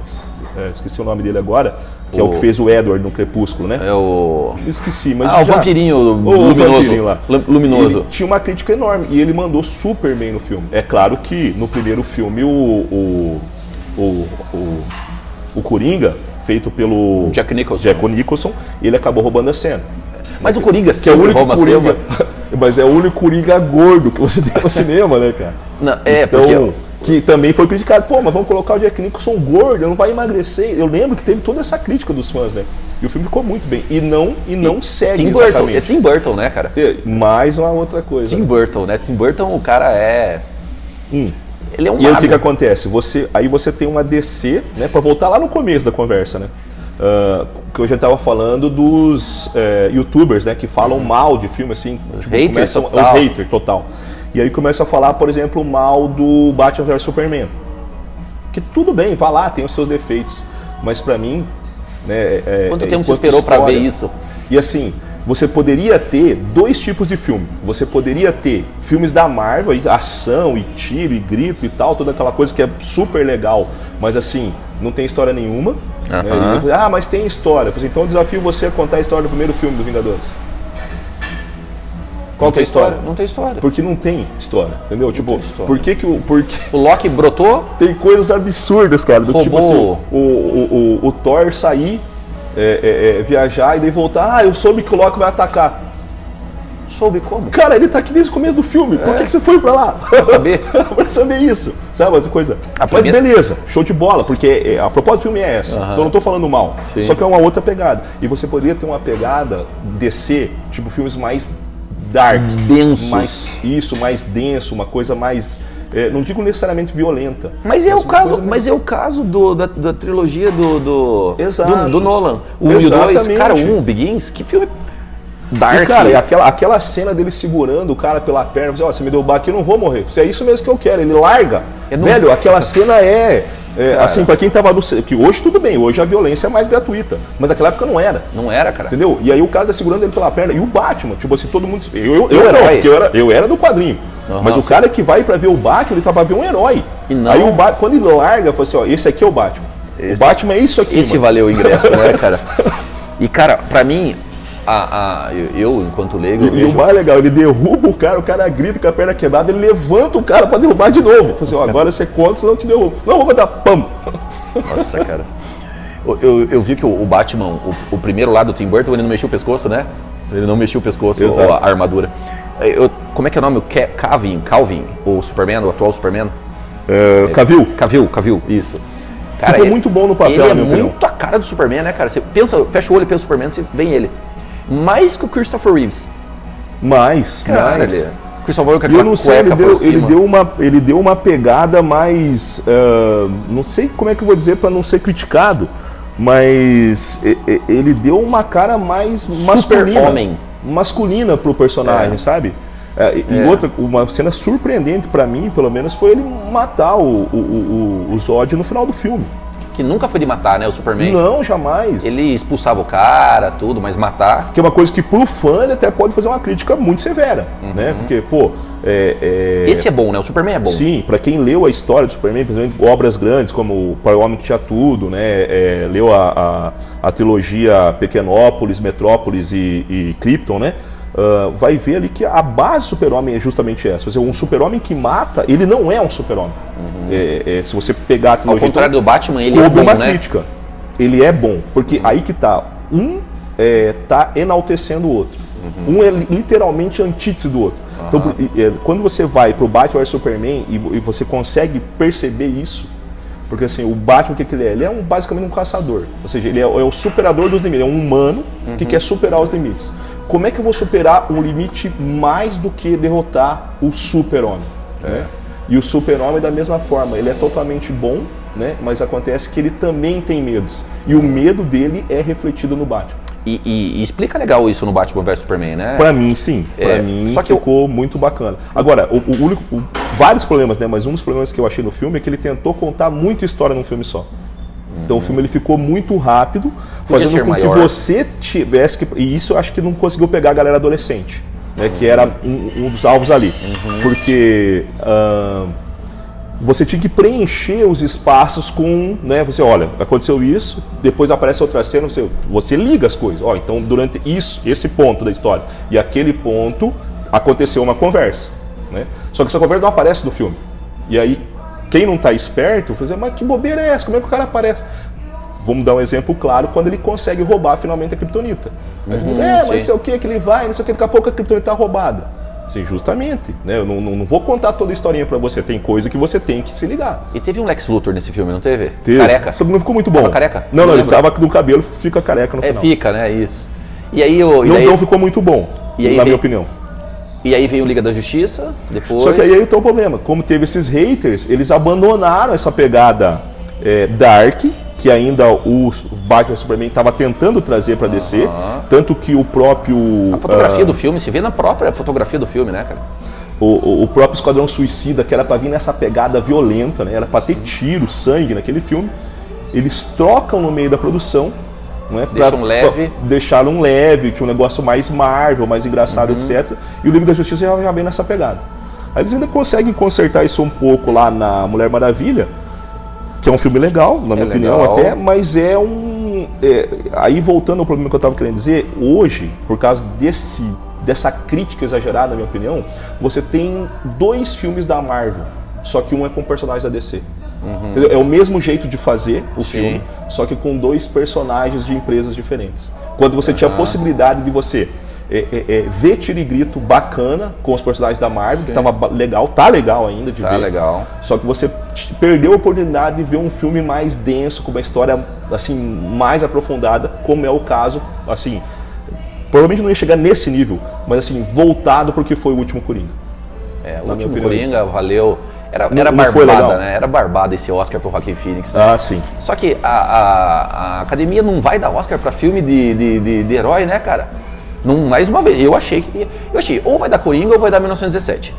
é, esqueci o nome dele agora, que é o O- que fez o Edward no Crepúsculo, né? É o. Esqueci, mas. Ah, o já- vampirinho o luminoso. vampirinho lá. Lu- luminoso. Ele tinha uma crítica enorme e ele mandou super bem no filme. É claro que no primeiro filme o. o. o, o, o Coringa, feito pelo. Jack Nicholson. Jack Nicholson, ele acabou roubando a cena. Mas o Coringa Que é o sempre único rouba a Coringa. cena. [laughs] Mas é o único Coringa gordo que você tem no cinema, né, cara? Não, [laughs] é, Então, porque. que também foi criticado. Pô, mas vamos colocar o Jack Nicholson gordo, ele não vai emagrecer. Eu lembro que teve toda essa crítica dos fãs, né? E o filme ficou muito bem. E não, e não segue Tim Burton, é exatamente. Tim Burton, né, cara? E Mais uma outra coisa. Tim Burton, né? Tim Burton, o cara é. Ele é um Hum. E aí o que, que mago. acontece? Você, aí você tem uma DC, né? Pra voltar lá no começo da conversa, né? Ah, que eu já tava falando dos eh, youtubers, né? Que falam mal de filme, assim. Tipo, Uhum. Haters começam, total. Os haters, total. E aí começa a falar, por exemplo, mal do Batman vs Superman. Que tudo bem, vá lá, tem os seus defeitos. Mas pra mim... Né, é- Quanto é- tempo você enquanto esperou pra ver história- isso? e assim, você poderia ter dois tipos de filme. Você poderia ter filmes da Marvel, e ação e tiro e grito e tal, toda aquela coisa que é super legal, mas assim, não tem história nenhuma. né? Aham. E você fala, Ah, mas tem história. Eu falei, então eu desafio você a contar a história do primeiro filme do Vingadores. Qual que é a história? Não tem história. Porque não tem história, entendeu? tipo, história. por que que o. Por O que... Loki brotou, Tem coisas absurdas, cara. Do tipo Roubou. assim, o, o, o, o Thor sair, é, é, é, viajar e daí voltar. Ah, eu soube que o Loki vai atacar. soube como. Cara, ele tá aqui desde o começo do filme. É. Por que, que você foi pra lá? [laughs] Pra saber. pra saber isso. Sabe, essa coisa. A Mas primeira- beleza, show de bola, porque é, a proposta do filme é essa. Então eu não tô falando mal. Sim. Só que é uma outra pegada. E você poderia ter uma pegada DC, tipo filmes mais dark. Densos. Mais, isso, mais denso, uma coisa mais. é, não digo necessariamente violenta. Mas é o uma caso, coisa mas é o caso do- da, da trilogia do do, Exato. do do Nolan, o 1 e o 2. Exatamente. Cara, o 1, o Begins, que filme dark. E, cara, é e aquela, aquela cena dele segurando o cara pela perna, assim, ó, você me deu baque, eu não vou morrer. Se é isso mesmo que eu quero, ele larga. Eu não- Velho, [laughs] aquela cena é. é, assim, pra quem tava no. ce- Que hoje tudo bem, hoje a violência é mais gratuita. Mas naquela época não era. Não era, cara. Entendeu? E aí o cara tá segurando ele pela perna. E o Batman, tipo assim, todo mundo. Eu, eu, eu O não, Um herói. porque eu era, eu era do quadrinho. Aham, mas o sim. cara que vai pra ver o Batman, ele tá pra ver um herói. E não- Aí o Batman, quando ele larga, fala assim, ó, esse aqui é o Batman. O Batman é isso aqui. Esse mano. valeu o [laughs] ingresso, né, cara? E cara, pra mim, a, a- eu- eu enquanto leigo, eu E o vejo, mais legal, ele derruba o cara, o cara grita com a perna quebrada, ele levanta o cara pra derrubar de novo. Fala assim, ó, agora você conta, senão eu te derrubo. Não, eu vou contar, pam! nossa, cara. Eu, eu, eu vi que o o Batman, o, o primeiro lá do Tim Burton, ele não mexia o pescoço, né? Ele não mexia o pescoço Exato. ou a armadura. Eu- como é que é o nome? O Ca- Calvin, Calvin, o Superman, o atual Superman? É, Cavil, Cavil, Cavil, isso. Ficou muito bom no papel, Ele é na minha opinião. muito a cara do Superman, né, cara? Você pensa, fecha o olho e pensa no Superman, você vem ele. Mais que o Christopher Reeves. mais, Cara, mais. ele... Christopher Reeves com E eu aquela não sei, ele cueca por deu, ele, cima. deu uma, ele deu uma pegada mais. ah, não sei como é que eu vou dizer pra não ser criticado, mas e- e- ele deu uma cara mais masculina. Super-homem. Masculina pro personagem, É. sabe? É, e e É. outra, uma cena surpreendente pra mim, pelo menos, foi ele matar o, o, o, o Zod no final do filme. Que nunca foi de matar, né, o Superman. Não, jamais. Ele expulsava o cara, tudo, mas matar... Que é uma coisa que pro fã ele até pode fazer uma crítica muito severa, né? Porque, pô, é- é, Uhum. Esse é bom, né? O Superman é bom. Sim, pra quem leu a história do Superman, principalmente obras grandes como Para o Homem que Tinha Tudo, né? é, leu a, a, a trilogia Pequenópolis, Metrópolis e, e Krypton, né? ah, vai ver ali que a base do super-homem é justamente essa. Quer dizer, um super-homem que mata, ele não é um super-homem. É, é, se você pegar a Uhum. Ao trilogia... contrário do Batman, ele Coube é bom, uma né? crítica. Ele é bom, porque aí que tá. Um é, tá enaltecendo o outro. Uhum. Um é li- literalmente antítese do outro. Então, por- e- é, quando você vai pro Batman vs Superman e, vo- e você consegue perceber isso, porque assim, o Batman, o que, que ele é? Ele é um, basicamente um caçador. Ou seja, ele é, o- é o superador dos limites. Ele é um humano Uhum. que quer superar os limites. Como é que eu vou superar um limite mais do que derrotar o super-homem? É. né? E o super-homem da mesma forma, ele é totalmente bom, né? Mas acontece que ele também tem medos. E o medo dele é refletido no Batman. E, e- e explica legal isso no Batman vs Superman, né? Pra mim, sim. Pra É, mim, só que eu- ficou muito bacana. Agora, o, o único, o- vários problemas, né? Mas um dos problemas que eu achei no filme é que ele tentou contar muita história num filme só. Então o filme ele ficou muito rápido, Podia fazendo ser com que maior. você tivesse que. E isso eu acho que não conseguiu pegar a galera adolescente. né, que era um, um dos alvos ali. Uhum. Porque ah, você tinha que preencher os espaços com, né, você olha, aconteceu isso, depois aparece outra cena, você, você liga as coisas. Ó, então durante isso, esse ponto da história e aquele ponto aconteceu uma conversa, né? Só que essa conversa não aparece no filme. E aí quem não tá esperto, fala assim, mas que bobeira é essa? Como é que o cara aparece? Vamos dar um exemplo claro quando ele consegue roubar finalmente a Kryptonita. Aí todo mundo, é, mas Uhum, sim. não sei o que que ele vai, não sei o que, daqui a pouco a Kryptonita tá roubada. Assim, justamente, né? Eu não, não- não vou contar toda a historinha pra você, tem coisa que você tem que se ligar. E teve um Lex Luthor nesse filme, não teve? Teve. Careca. Só que não ficou muito bom. Tava careca? Não, não, Não ele lembro. tava no cabelo, fica careca no É, final. fica, né? Isso. E aí, o, e, Não, daí, não ficou muito bom, E aí na minha veio- opinião. e aí veio o Liga da Justiça, depois. Só que aí tá o problema. Como teve esses haters, eles abandonaram essa pegada é, dark, que ainda o Batman e Superman estava tentando trazer para DC. Tanto que o próprio. ah, A fotografia do filme, se vê na própria fotografia do filme, né, cara? O, o- o próprio Esquadrão Suicida, que era pra vir nessa pegada violenta, né? Era pra ter tiro, sangue naquele filme. Eles trocam no meio da produção, né? pra- Deixam leve. pra- deixaram leve, tinha um negócio mais Marvel, mais engraçado, Uhum. etc. E o Liga da Justiça já, já vem nessa pegada. Aí eles ainda conseguem consertar isso um pouco lá na Mulher Maravilha, que é um filme legal, na minha opinião legal. até, mas é um. é, aí voltando ao problema que eu estava querendo dizer, hoje, por causa desse, dessa crítica exagerada, na minha opinião, você tem dois filmes da Marvel, só que um é com personagens da DC. Uhum. Entendeu? É o mesmo jeito de fazer o filme, só que com dois personagens de empresas diferentes. Quando você tinha a possibilidade de você é, é, é, ver tiro e grito bacana com os personagens da Marvel, que tava ba- legal, tá legal ainda de Tá ver. legal. Só que você t- perdeu a oportunidade de ver um filme mais denso, com uma história assim mais aprofundada, como é o caso, assim, provavelmente não ia chegar nesse nível, mas assim voltado porque foi o último Coringa. É, o minha último opinião, Coringa, valeu. Era, era não foi barbada, legal. né? Era barbada esse Oscar pro Joaquin Phoenix. né? Ah, sim. Só que a, a- a academia não vai dar Oscar pra filme de, de, de- de herói, né, cara? Não, mais uma vez, eu achei que. Eu achei, ou vai dar Coringa ou vai dar 1917.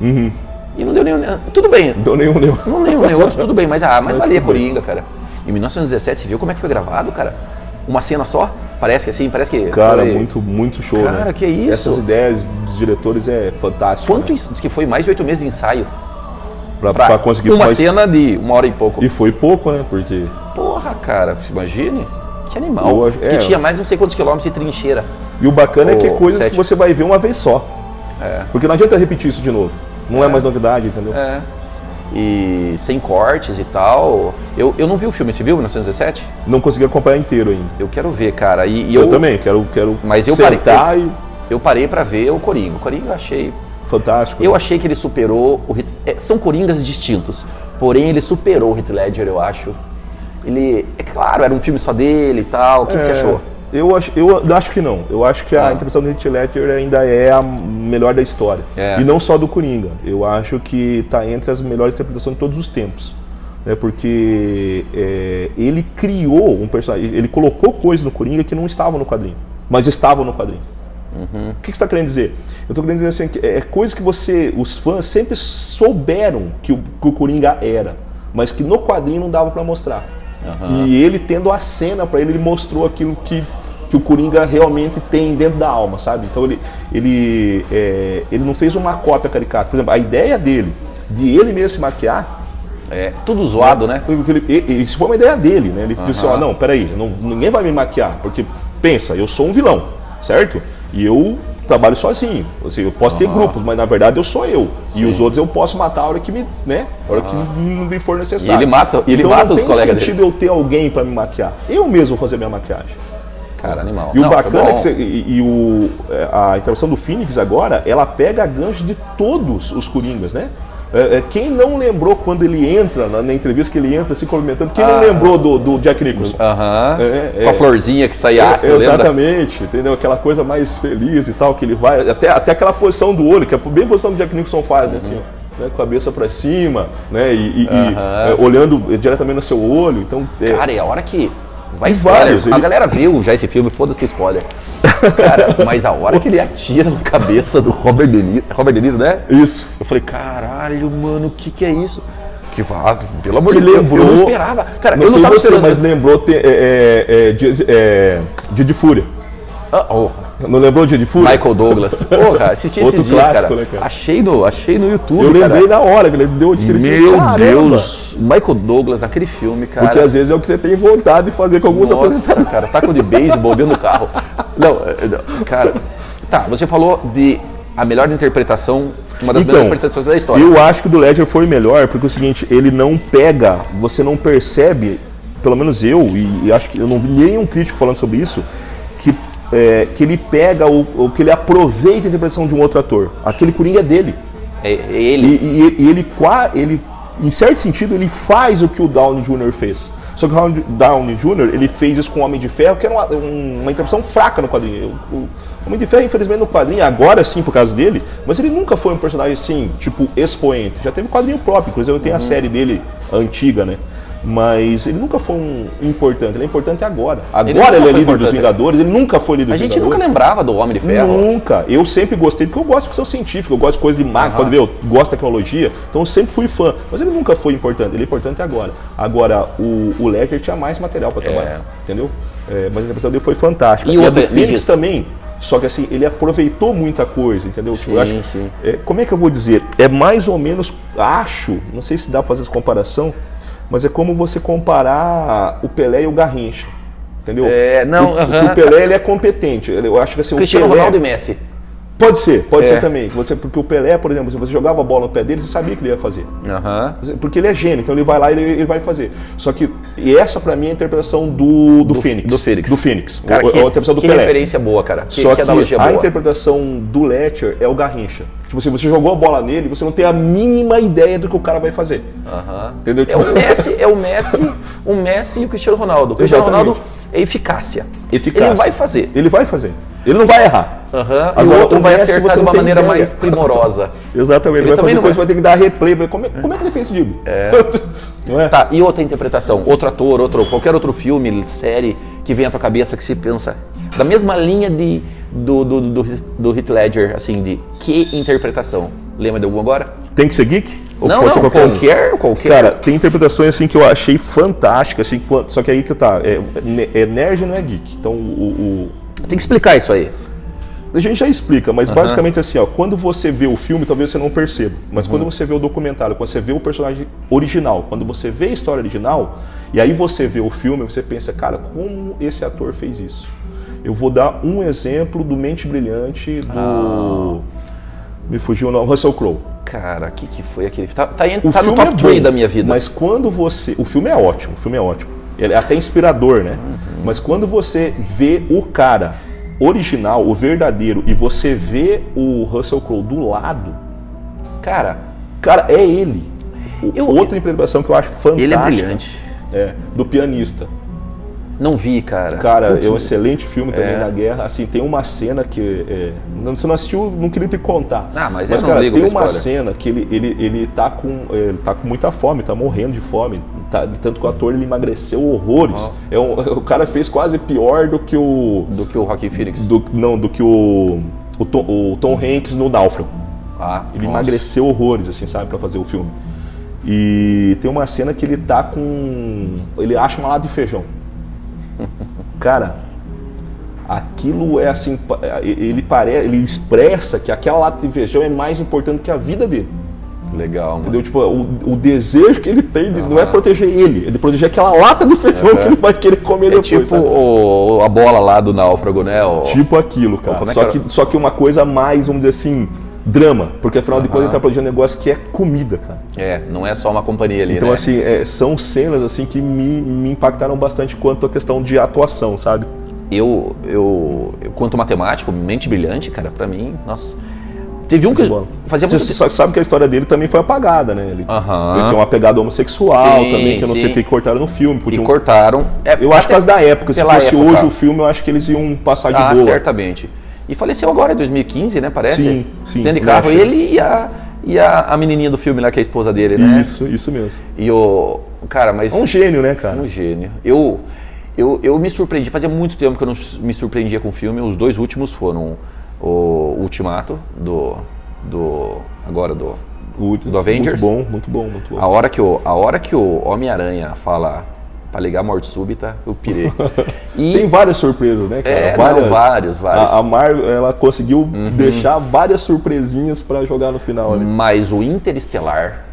Uhum. E não deu nenhum. né, Tudo bem, Então nenhum, nenhum. não nenhum nem outro, tudo bem, mas, ah, mas Mas valia tudo bem. Coringa, cara. Em 1917, você viu como é que foi gravado, cara? Uma cena só? Parece que assim, parece que. Cara, foi- muito, muito show. Cara, né? que é isso? Essas ideias dos diretores é fantástico. Quanto né? isso? Diz que foi mais de oito meses de ensaio. pra, Pra pra conseguir uma fazer- cena de uma hora e pouco. E foi pouco, né? Porque Porra, cara, você imagine. Que animal. Eu acho- Diz que é. tinha mais não sei quantos quilômetros de trincheira. e o bacana é que é Pô, coisas sete. que você vai ver uma vez só. É. Porque não adianta repetir isso de novo. Não é, mais novidade, entendeu? É. E sem cortes e tal. Eu, eu não vi o filme, você viu 1917? Não consegui acompanhar inteiro ainda. Eu quero ver, cara. E, e Eu, também quero, quero Mas eu parei- sentar Eu parei pra ver o Coringa. O Coringa eu achei e fantástico. Eu achei que ele superou o Heath- é, São Coringas distintos, porém ele superou o Heath Ledger, eu acho. Ele, é claro, era um filme só dele e tal. O que, que você É, achou? Eu acho, eu acho que não. Eu acho Ah. que a interpretação do Heath Ledger ainda é a melhor da história. É. E não só do Coringa. Eu acho que tá entre as melhores interpretações de todos os tempos. Né? Porque é, ele criou um personagem, ele colocou coisas no Coringa que não estavam no quadrinho, mas estavam no quadrinho. O que que você está querendo dizer? Eu estou querendo dizer assim, que é coisa que você, os fãs sempre souberam que o, que o Coringa era, mas que no quadrinho não dava para mostrar. E ele tendo a cena para ele, ele mostrou aquilo que, que o Coringa realmente tem dentro da alma, sabe? Então ele, ele, é, ele não fez uma cópia caricata. Por exemplo, a ideia dele, de ele mesmo se maquiar, É, tudo zoado, né? porque ele, e- e isso foi uma ideia dele, né? Ele disse, ó, não, peraí, não, ninguém vai me maquiar, porque pensa, eu sou um vilão, certo? E eu trabalho sozinho, ou seja, eu posso ter grupos, mas na verdade eu sou eu. E os outros eu posso matar a hora que me, né? A hora que não me for necessário. E ele mata- e ele então, mata não os tem colegas sentido eu ter alguém para me maquiar. Eu mesmo vou fazer minha maquiagem. Cara, animal. E o Não, foi bacana é bom. que você, e, e o, é, a intervenção do Phoenix agora, ela pega gancho de todos os Coringas, né? É, é, quem não lembrou quando ele entra, na, na entrevista que ele entra se comentando, Ah. quem não lembrou do, do Jack Nicholson? Aham. É, Com a é. florzinha que saía É, ácido, Ah, lembra? exatamente, entendeu? Aquela coisa mais feliz e tal, que ele vai. Até, até aquela posição do olho, que é bem a posição que o Jack Nicholson faz, né? Assim, ó, né? Cabeça pra cima, né? E, e- e, é, olhando diretamente no seu olho. Então, é, Cara, é a hora que. Vai E spoiler. vários, A ele- galera viu já esse filme, foda-se spoiler. Cara, mas a hora que ele atira na cabeça do Robert De Niro, Robert De Niro, né? isso. Eu falei, caralho, mano, o que, que é isso? Que vaso, pelo amor que de Deus, lembrou. eu não esperava. Cara, não eu não sei tava você, esperando. mas lembrou te- é, é, é, dia, é, Dia de Fúria. Ah, oh. Não lembrou de Fúria? Michael Douglas. Pô, cara, assisti Outro esses dias, clássico, cara. né, cara? Achei no, achei no YouTube, Eu cara. lembrei na hora que ele deu onde que ele fez. Meu Caramba! Deus, Michael Douglas naquele filme, cara. Porque às vezes é o que você tem vontade de fazer com alguns apresentadores. Nossa, cara, taco de beisebol dentro do carro. Não, é, não, cara. Tá, você falou de a melhor interpretação, uma das Então, melhores interpretações da história. Eu acho que o do Ledger foi melhor, porque é o seguinte, ele não pega, você não percebe, pelo menos eu, e, e acho que eu não vi nenhum crítico falando sobre isso, que, é, que ele pega ou, ou que ele aproveita a interpretação de um outro ator. Aquele Coringa é dele. É- é E, ele. e- e ele, qua- ele, em certo sentido, ele faz o que o Downey Jr. fez. Só que o Downey- Downey Jr. ele fez isso com o Homem de Ferro, que era uma, um- uma interpretação fraca no quadrinho. O, o Homem de Ferro, infelizmente, no quadrinho, agora sim por causa dele, mas ele nunca foi um personagem assim, tipo, expoente. Já teve quadrinho próprio, inclusive eu tenho a Uhum. série dele a antiga, né? Mas ele nunca foi um importante, ele é importante agora. Ele Agora nunca ele, é foi líder dos importante. Vingadores, ele nunca foi líder a dos gente Vingadores. nunca lembrava do Homem de Ferro. Nunca. Eu sempre gostei, porque eu gosto de ficção científica, eu gosto de coisa de máquina, pode ver, eu gosto de tecnologia, então eu sempre fui fã. Mas ele nunca foi importante, ele é importante agora. Agora, o, o Ledger tinha mais material para trabalhar, entendeu? É, mas a interpretação dele foi fantástica. E E, a outra, do me Phoenix diz. também, só que assim, ele aproveitou muita coisa, entendeu? Tipo, eu Sim, acho, sim. é, como é que eu vou dizer? É mais ou menos, acho, não sei se dá para fazer essa comparação, mas é como você comparar o Pelé e o Garrincha. Entendeu? É, não, Porque- porque aham. o Pelé ele é competente. ele- Eu acho que assim, o Cristiano Pelé- Ronaldo e Messi. Pode ser, pode É. ser também. Você, porque o Pelé, por exemplo, se você jogava a bola no pé dele, você sabia que ele ia fazer. Aham. Porque ele é gênio, então ele vai lá e ele, ele vai fazer. Só que e essa pra mim é a interpretação do, do, Phoenix. Do Fênix. Do Phoenix. Cara, O- que, a interpretação do que Pelé. referência boa, cara. Que, Só que que, analogia é a boa. interpretação do Letcher é o Garrincha. Tipo assim, você jogou a bola nele, você não tem a mínima ideia do que o cara vai fazer. Aham. Entendeu? Tipo, É o Messi, é o Messi, o Messi e o Cristiano Ronaldo. O Cristiano Exatamente. Ronaldo é eficácia. Eficácia. Ele vai fazer. Ele vai fazer. Ele não vai errar. Aham. E Agora, o outro o vai Messi, acertar você de não uma tem maneira ideia. mais primorosa. [laughs] Exatamente. Ele Ele também vai fazer não coisa, vai. vai ter que dar replay. mas Como é, como é que ele fez isso, Diego? É. [laughs] não é? Tá, e outra interpretação, outro ator, outro, qualquer outro filme, série que vem à tua cabeça que se pensa da mesma linha de do do, do, do Heath Ledger, assim, de que interpretação? Lembra de alguma agora? Tem que ser geek? Ou não, pode não, ser qualquer um? qualquer, qualquer. Cara, tem interpretações assim que eu achei fantásticas, assim, quan- só que aí que tá, é, ne- é nerd não é geek. Então o, Tem que explicar isso aí. o- a gente já explica, mas basicamente assim, ó, quando você vê o filme, talvez você não perceba, mas quando você vê o documentário, quando você vê o personagem original, quando você vê a história original, e aí você vê o filme, você pensa, cara, como esse ator fez isso? Eu vou dar um exemplo do Mente Brilhante do me fugiu o nome, Russell Crowe. Cara, o que, que foi aquele? Tá, tá, en- O tá no filme top é 3 bom, da minha vida. Mas quando você. O filme é ótimo, o filme é ótimo. Ele é até inspirador, né? Mas quando você vê o cara original, o verdadeiro, e você vê o Russell Crowe do lado, Cara, cara, é ele. O- Eu- outra interpretação que eu acho fantástica. ele é brilhante. é, do pianista. Não vi, cara. Cara, Putz, é um excelente filme também da guerra. Assim, tem uma cena que. é, não, você não assistiu, não queria te contar. Ah, mas eu não cara, ligo tem pra uma spoiler. cena que ele, ele, ele, tá com, é, ele tá com muita fome, tá morrendo de fome. Tá, de tanto que o ator ele emagreceu horrores. É um- [laughs] o cara fez quase pior do que o. do que o Rocky Phoenix. do- não, do que o. O Tom, o Tom Hanks no Náufrago. Ah, Ele nossa. emagreceu horrores, assim, sabe, pra fazer o filme. E tem uma cena que ele tá com. Ele acha uma lata de [laughs] feijão. Cara, aquilo é assim. pa- Ele, pare... ele expressa que aquela lata de feijão é mais importante que a vida dele. Legal, mano. Entendeu? Tipo, o, o desejo que ele tem de- não é proteger ele, é de proteger aquela lata de feijão que ele vai querer comer É depois. tipo sabe? o- a bola lá do náufrago, né? O- Tipo aquilo, cara. como é só, que que era? só que uma coisa mais, vamos dizer assim, drama. Porque afinal de contas ele tá produzindo um negócio que é comida, cara. É, não é só uma companhia ali, Então, né? assim, é, são cenas assim que me, me impactaram bastante quanto à questão de atuação, sabe? eu, eu, eu quanto matemático, mente brilhante, cara, pra mim, nossa. Teve um que eu fazia é Você muito tempo. só que sabe que a história dele também foi apagada, né? Ele, Aham. ele tem uma pegada homossexual Sim, também, que eu não sei sim. o que cortaram no filme. E Podiam... cortaram. É, um- Eu acho que até- as da época. Se pela fosse época. hoje o filme, eu acho que eles iam passar de Ah, boa. certamente. E faleceu agora, em 2015, né? Parece? Sim, sim, Sendo de carro, Nashville. ele e a, e a, a menininha do filme lá, que é a esposa dele, né? Isso, isso mesmo. E o. Cara, mas. É um gênio, né, cara? Um gênio. Eu, eu, eu me surpreendi, fazia muito tempo que eu não me surpreendia com filme. Os dois últimos foram o Ultimato, do. do agora do. O último- Do Avengers? Muito bom, muito bom, muito bom. A hora que o, a hora que o Homem-Aranha fala Para ligar a morte súbita, eu [laughs] pirei. E Tem várias surpresas, né, cara? É, não, várias. várias, várias. Uhum. A, a Mar, ela conseguiu deixar várias surpresinhas pra jogar no final ali. Mas o Interestelar,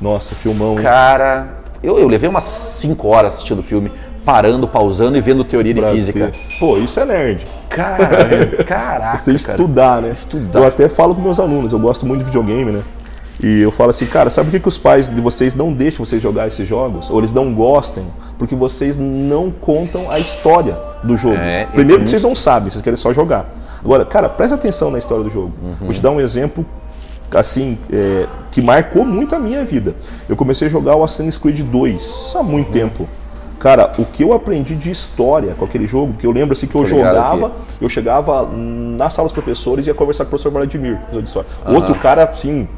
Nossa, filmão. hein? cara. Eu, eu levei umas 5 horas assistindo o filme, parando, pausando e vendo teoria de Brasil. física. Pô, isso é nerd. Cara, velho, caraca. [laughs] Você cara. estudar, né? Estudar. Eu até falo com meus alunos, eu gosto muito de videogame, né? E eu falo assim, cara, sabe por que, que os pais de vocês não deixam vocês jogar esses jogos? Ou eles não gostam? Porque vocês não contam a história do jogo. É, Primeiro que vocês não sabem, vocês querem só jogar. Agora, cara, presta atenção na história do jogo. Uhum. Vou te dar um exemplo, assim, é, que marcou muito a minha vida. Eu comecei a jogar o Assassin's Creed 2, isso há Uhum. muito tempo. Cara, o que eu aprendi de história com aquele jogo, porque eu lembro assim que eu Tô ligado jogava, aqui. eu chegava na sala dos professores e ia conversar com o professor Vladimir, professor de história. Outro cara, assim,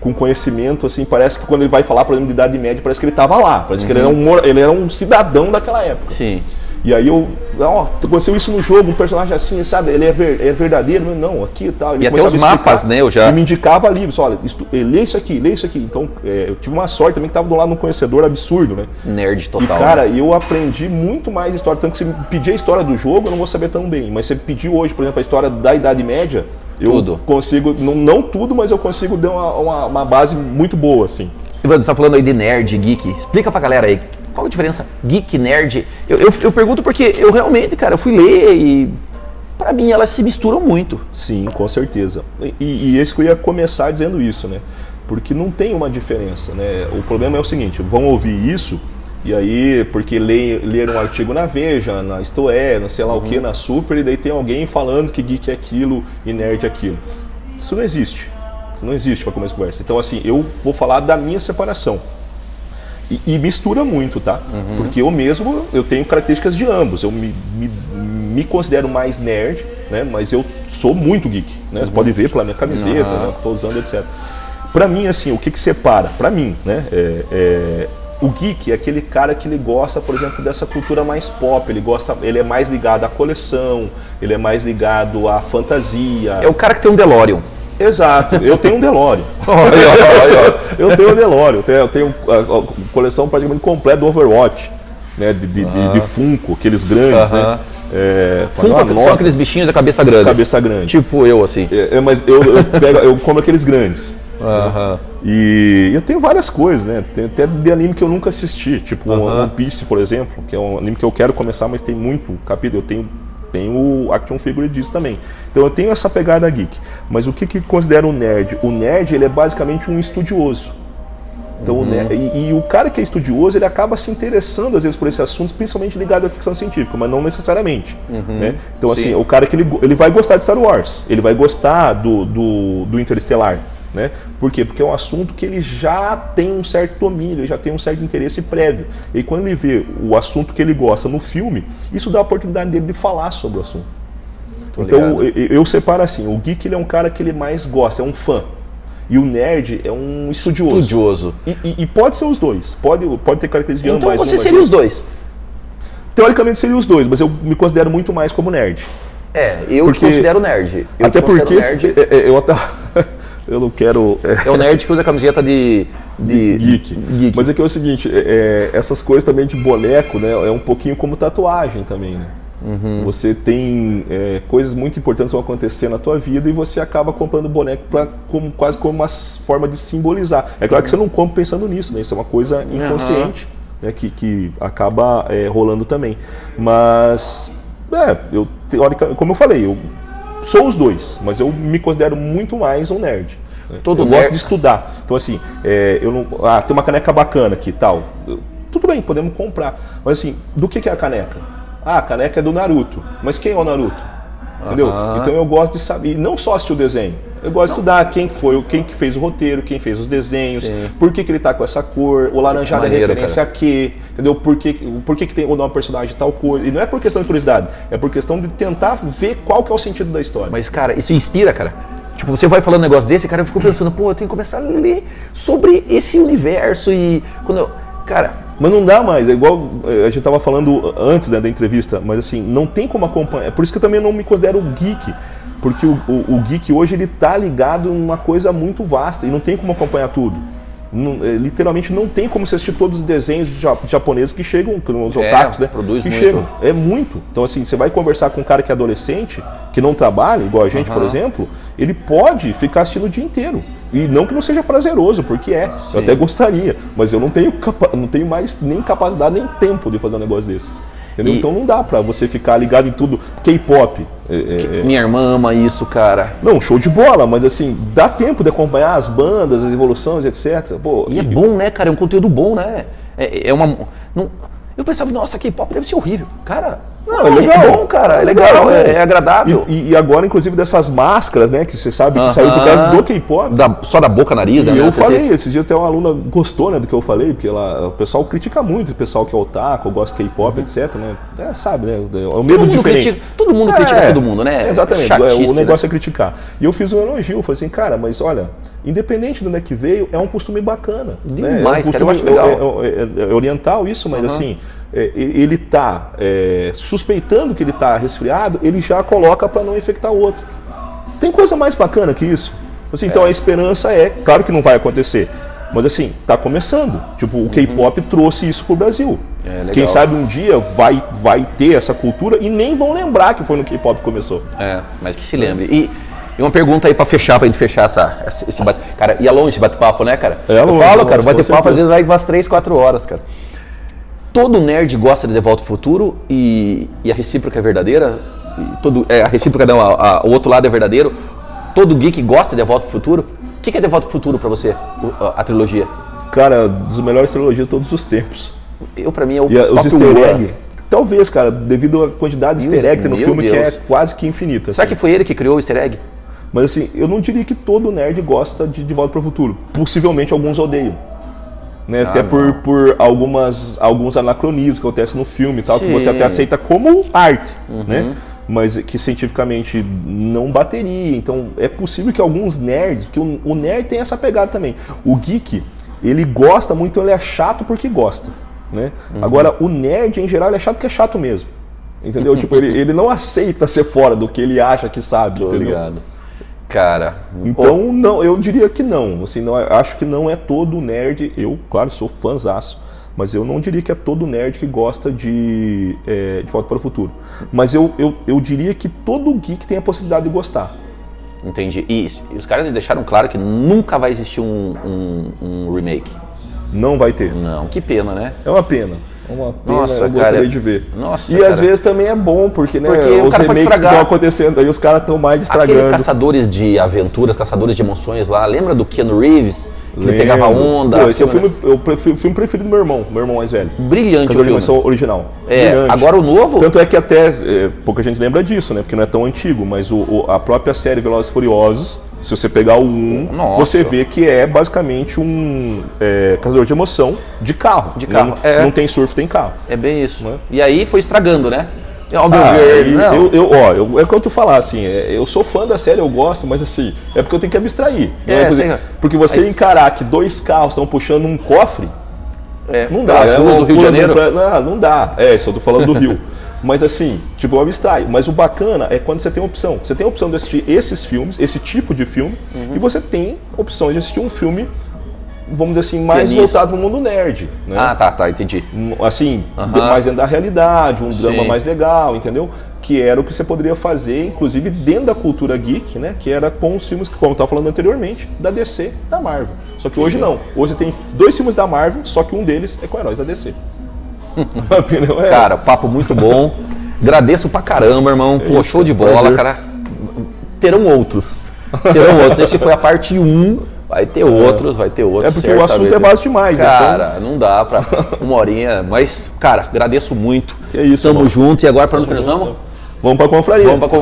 com conhecimento, assim, parece que quando ele vai falar, por exemplo, de Idade Média, parece que ele estava lá, parece que ele era, um, mor- ele era um cidadão daquela época. Uhum. Sim. E aí eu, ó, aconteceu isso no jogo, um personagem assim, sabe, ele é, ver- é verdadeiro, mas não, aqui e tal. Ele E até começava os a me mapas, né, eu já- Ele me indicava livros, olha, estu, eh, lê isso aqui, lê isso aqui. Então, eh, eu tive uma sorte também que estava do lado de um conhecedor absurdo, né? Nerd E, total. né? cara, eu aprendi muito mais história. Tanto que se me pedir a história do jogo, eu não vou saber tão bem. Mas se você pedir hoje, por exemplo, a história da Idade Média, eu Tudo. consigo, não, não tudo, mas eu consigo dar uma, uma- uma base muito boa, assim. Ivandro, você tá falando aí de nerd, geek. Explica pra galera aí, qual a diferença geek, nerd? Eu, eu, eu pergunto porque eu realmente, cara, eu fui ler e pra mim elas se misturam muito. Sim, com certeza. E, e esse que eu ia começar dizendo isso, né? Porque não tem uma diferença, né? O problema é o seguinte, vão ouvir isso, e aí, porque leem- leram um artigo na Veja, na Isto É, na sei lá o que, na Super, e daí tem alguém falando que geek é aquilo e nerd é aquilo. Isso não existe. Isso não existe para começo de conversa. Então, assim, eu vou falar da minha separação. E, e mistura muito, tá? Porque eu mesmo, eu tenho características de ambos. Eu me, me, me considero mais nerd, né? Mas eu sou muito geek, né? Você pode ver pela minha camiseta, né? que eu tô usando, etc. Pra mim, assim, o que que separa? Pra mim, né? É, é, o geek é aquele cara que ele gosta, por exemplo, dessa cultura mais pop. Ele gosta, ele é mais ligado à coleção, ele é mais ligado à fantasia. É o cara que tem um DeLorean. Exato. Eu tenho um [laughs] DeLorean. Eu tenho o Delório, eu tenho, eu tenho a, a coleção praticamente completa do Overwatch, né? De, de, de- de Funko, aqueles grandes, né? Ah. Aham. É, Funko, uma são nota, aqueles bichinhos da cabeça grande. cabeça grande. Tipo eu, assim. É, é, mas eu, eu, pego- eu como aqueles grandes. Aham. E eu tenho várias coisas, né? Tem até de anime que eu nunca assisti, tipo One Piece, por exemplo, que é um anime que eu quero começar, mas tem muito capítulo. Eu tenho, tenho o action figure disso também. Então eu tenho essa pegada geek. Mas o que que considera o nerd? O nerd, ele é basicamente um estudioso. Então, o ne- e, e o cara que é estudioso, ele acaba se interessando às vezes por esse assunto, principalmente ligado à ficção científica, mas não necessariamente. né? Então, assim, o cara que ele, go- ele vai gostar de Star Wars, ele vai gostar do, do, do Interestelar. Né? Por quê? Porque é um assunto que ele já tem um certo domínio, ele já tem um certo interesse prévio. E quando ele vê o assunto que ele gosta no filme, isso dá a oportunidade dele de falar sobre o assunto. Então eu, eu separo assim, o geek ele é um cara que ele mais gosta, é um fã. E o nerd é um estudioso. Estudioso. E, e- e pode ser os dois. Pode, pode ter características de um Então ambas, você uma- seria os dois. um. Teoricamente seria os dois, mas eu me considero muito mais como nerd. É, eu Porque- te considero nerd. Eu Até te considero porque Nerd. é, é, [laughs] eu até eu não quero é, É o nerd que usa camiseta de. de geek. geek. Mas é que é o seguinte, é, é, essas coisas também de boneco, né? É um pouquinho como tatuagem também, né? Uhum. Você tem é, coisas muito importantes que vão acontecer na tua vida e você acaba comprando boneco pra, como, quase como uma s- forma de simbolizar. É claro que você não compra pensando nisso, né? Isso é uma coisa inconsciente, né? Que, que acaba é, rolando também. Mas, é, eu, teórica, como eu falei, eu sou os dois, mas eu me considero muito mais um nerd. né? Todo eu nerd- gosto de estudar. Então, assim, é, eu não. Ah, tem uma caneca bacana aqui e tal. Eu- Tudo bem, podemos comprar. Mas, assim, do que, que é a caneca? Ah, a caneca é do Naruto. Mas quem é o Naruto? Entendeu? Então eu gosto de saber, e não só assistir o desenho. Eu gosto de estudar quem que foi, quem que fez o roteiro, quem fez os desenhos, Sim. por que, que ele tá com essa cor, o laranjado é Maneiro, referência a quê, entendeu? Por que, por que, que tem o nome do personagem tal cor. E não é por questão de curiosidade, é por questão de tentar ver qual que é o sentido da história. Mas, cara, isso inspira, cara. Tipo, você vai falando um negócio desse, cara, eu fico pensando, pô, eu tenho que começar a ler sobre esse universo e. Quando eu. Cara, Mas não dá mais, é igual eh, a gente tava falando antes né, da entrevista, mas assim, não tem como acompanhar. É por isso que eu também não me considero geek, porque o, o- o geek hoje ele tá ligado numa coisa muito vasta e não tem como acompanhar tudo. não- é, literalmente não tem como você assistir todos os desenhos ja- japoneses que chegam, que os É, otakus, né? produz que muito. chegam. É muito. Então, assim, você vai conversar com um cara que é adolescente, que não trabalha, igual a gente, por exemplo, ele pode ficar assistindo o dia inteiro. E não que não seja prazeroso, porque é. Sim. Eu até gostaria, mas eu não tenho, capa- não tenho mais nem capacidade, nem tempo de fazer um negócio desse. Entendeu? E- Então não dá pra você ficar ligado em tudo. K-pop. é, é, Minha irmã ama isso, cara. não, show de bola, mas assim, dá tempo de acompanhar as bandas, as evoluções, etc. Pô, E é bom, né, cara? É um conteúdo bom, né? É, é uma. não- eu pensava, nossa, K-pop deve ser horrível. Cara, Não, é legal. bom, cara. É legal, é, né? é agradável. E, e agora, inclusive, dessas máscaras, né? Que você sabe que saiu por causa Aham. do K-pop. Da- só da boca, nariz, né? E eu Você- falei, esses dias até uma aluna gostou né, do que eu falei, porque ela, o pessoal critica muito o pessoal que é otaku, gosta de K-pop, etc. Né? É, sabe, né? É um medo Uhum. mundo diferente. critica- todo mundo critica todo mundo, né? Exatamente. é, Chatice, o negócio é criticar. E eu fiz um elogio, eu falei assim, cara, mas olha, independente de onde é que veio, é um costume bacana. né? Demais, é um cara, eu acho costume- legal. é- é- é- é oriental isso, mas assim. é, e- ele tá é, suspeitando que ele tá resfriado, ele já coloca para não infectar o outro. Tem coisa mais bacana que isso? Assim, então a esperança é, claro que não vai acontecer, mas assim, tá começando. Tipo, o K-pop trouxe isso pro Brasil. É, legal. Quem sabe um dia vai, vai ter essa cultura e nem vão lembrar que foi no K-pop que começou. É, mas que se lembre. E, e uma pergunta aí pra fechar, pra gente fechar essa, essa- esse bate Cara, e é longe esse bate-papo, né, cara? É Eu falo, longe, longe, cara, o com bate-papo às certeza. vezes vai umas 3, 4 horas, cara. Todo nerd gosta de De Volta ao Futuro e, e a recíproca é verdadeira. E todo, é, a recíproca não, a- a- o outro lado é verdadeiro. Todo geek gosta de De Volta ao Futuro. O que, que é De Volta ao Futuro pra você, o- a, a trilogia? Cara, dos melhores trilogias de todos os tempos. Eu, pra mim, é o E a- os top easter one. egg. Talvez, cara, devido à quantidade de Deus, easter egg que tem no meu filme Deus. que é quase que infinita. Será assim. que foi ele que criou o easter egg? Mas assim, eu não diria que todo nerd gosta de De Volta para o Futuro. Possivelmente alguns odeiam. Né? até por, por algumas, alguns anacronismos que acontecem no filme e tal, que você Sim. até aceita como arte, né? Mas que cientificamente não bateria. Então é possível que alguns nerds, porque o, o nerd tem essa pegada também. O geek, ele gosta muito, então ele é chato porque gosta. Né? Agora, o nerd em geral ele é chato porque é chato mesmo. Entendeu? tipo, ele, ele não aceita ser fora do que ele acha que sabe. entendeu? Cara, Então, não, eu diria que não. Assim, não, acho que não é todo nerd. Eu, claro, sou fãzaço, mas eu não diria que é todo nerd que gosta de, é, de Volta para o Futuro. Mas eu, eu, eu diria que todo geek tem a possibilidade de gostar. Entendi. E s- os caras deixaram claro que nunca vai existir um, um- um remake. Não vai ter. Não, que pena, né? É uma pena. É uma pena, Nossa, eu gostaria cara. de ver. Nossa, e às cara. vezes também é bom, porque, né, Porque o os cara pode remakes que estragar. estão acontecendo, aí os caras estão mais Aquele estragando. Caçadores de Aventuras, Caçadores de Emoções lá, lembra do Keanu Reeves? Que ele pegava Lembro. onda. né? Pô, esse é o filme, eu prefiro- o filme preferido do meu irmão, meu irmão mais velho. Brilhante Cantor de o filme. animação original. É, Brilhante. agora o novo, Tanto é que até é, pouca gente lembra disso, né? Porque não é tão antigo, mas o- o- a própria série Velozes e Furiosos, se você pegar o 1, Nossa. você vê que é basicamente um é, caçador de emoção de carro. De carro, Não, é. não tem surf, tem carro. é bem isso. Né? E aí foi estragando, né? Ao meu Ah, ver, e não. eu, eu, ó, eu- é o que eu tô falando, assim, é, eu sou fã da série, eu gosto, mas assim, é porque eu tenho que abstrair. não É, por sim. exemplo, porque você Mas- encarar que dois carros estão puxando um cofre, É, não dá. pelas é ruas uma do Rio de loucura, Janeiro. Não, não, não dá. É, isso eu tô falando do [laughs] Rio. Mas assim, tipo, eu abstraio. Mas o bacana é quando você tem opção. Você tem a opção de assistir esses filmes, esse tipo de filme, Uhum. e você tem opções de assistir um filme, vamos dizer assim, mais Pianista. voltado pro mundo nerd. Né? Ah, tá, tá, entendi. Um, assim, Aham. mais dentro da realidade, um drama Sim. mais legal, entendeu? Que era o que você poderia fazer, inclusive dentro da cultura geek, né? Que era com os filmes, que, como eu estava falando anteriormente, da DC, da Marvel. Só que hoje não. Hoje tem dois filmes da Marvel, só que um deles é com heróis [laughs] da [laughs] DC. A opinião é Cara, essa. papo muito bom. Agradeço pra caramba, irmão. Pô, show de bola, prazer. cara. Terão outros. Terão outros. Esse foi a parte 1. Vai ter outros, vai ter outros. É porque o assunto certamente. é vasto demais, né? Cara, não dá pra uma horinha. Mas, cara, agradeço muito. Que é isso, Tamo irmão. junto. E agora pra onde que nós vamos? Vamos pra confraria. Vamos pra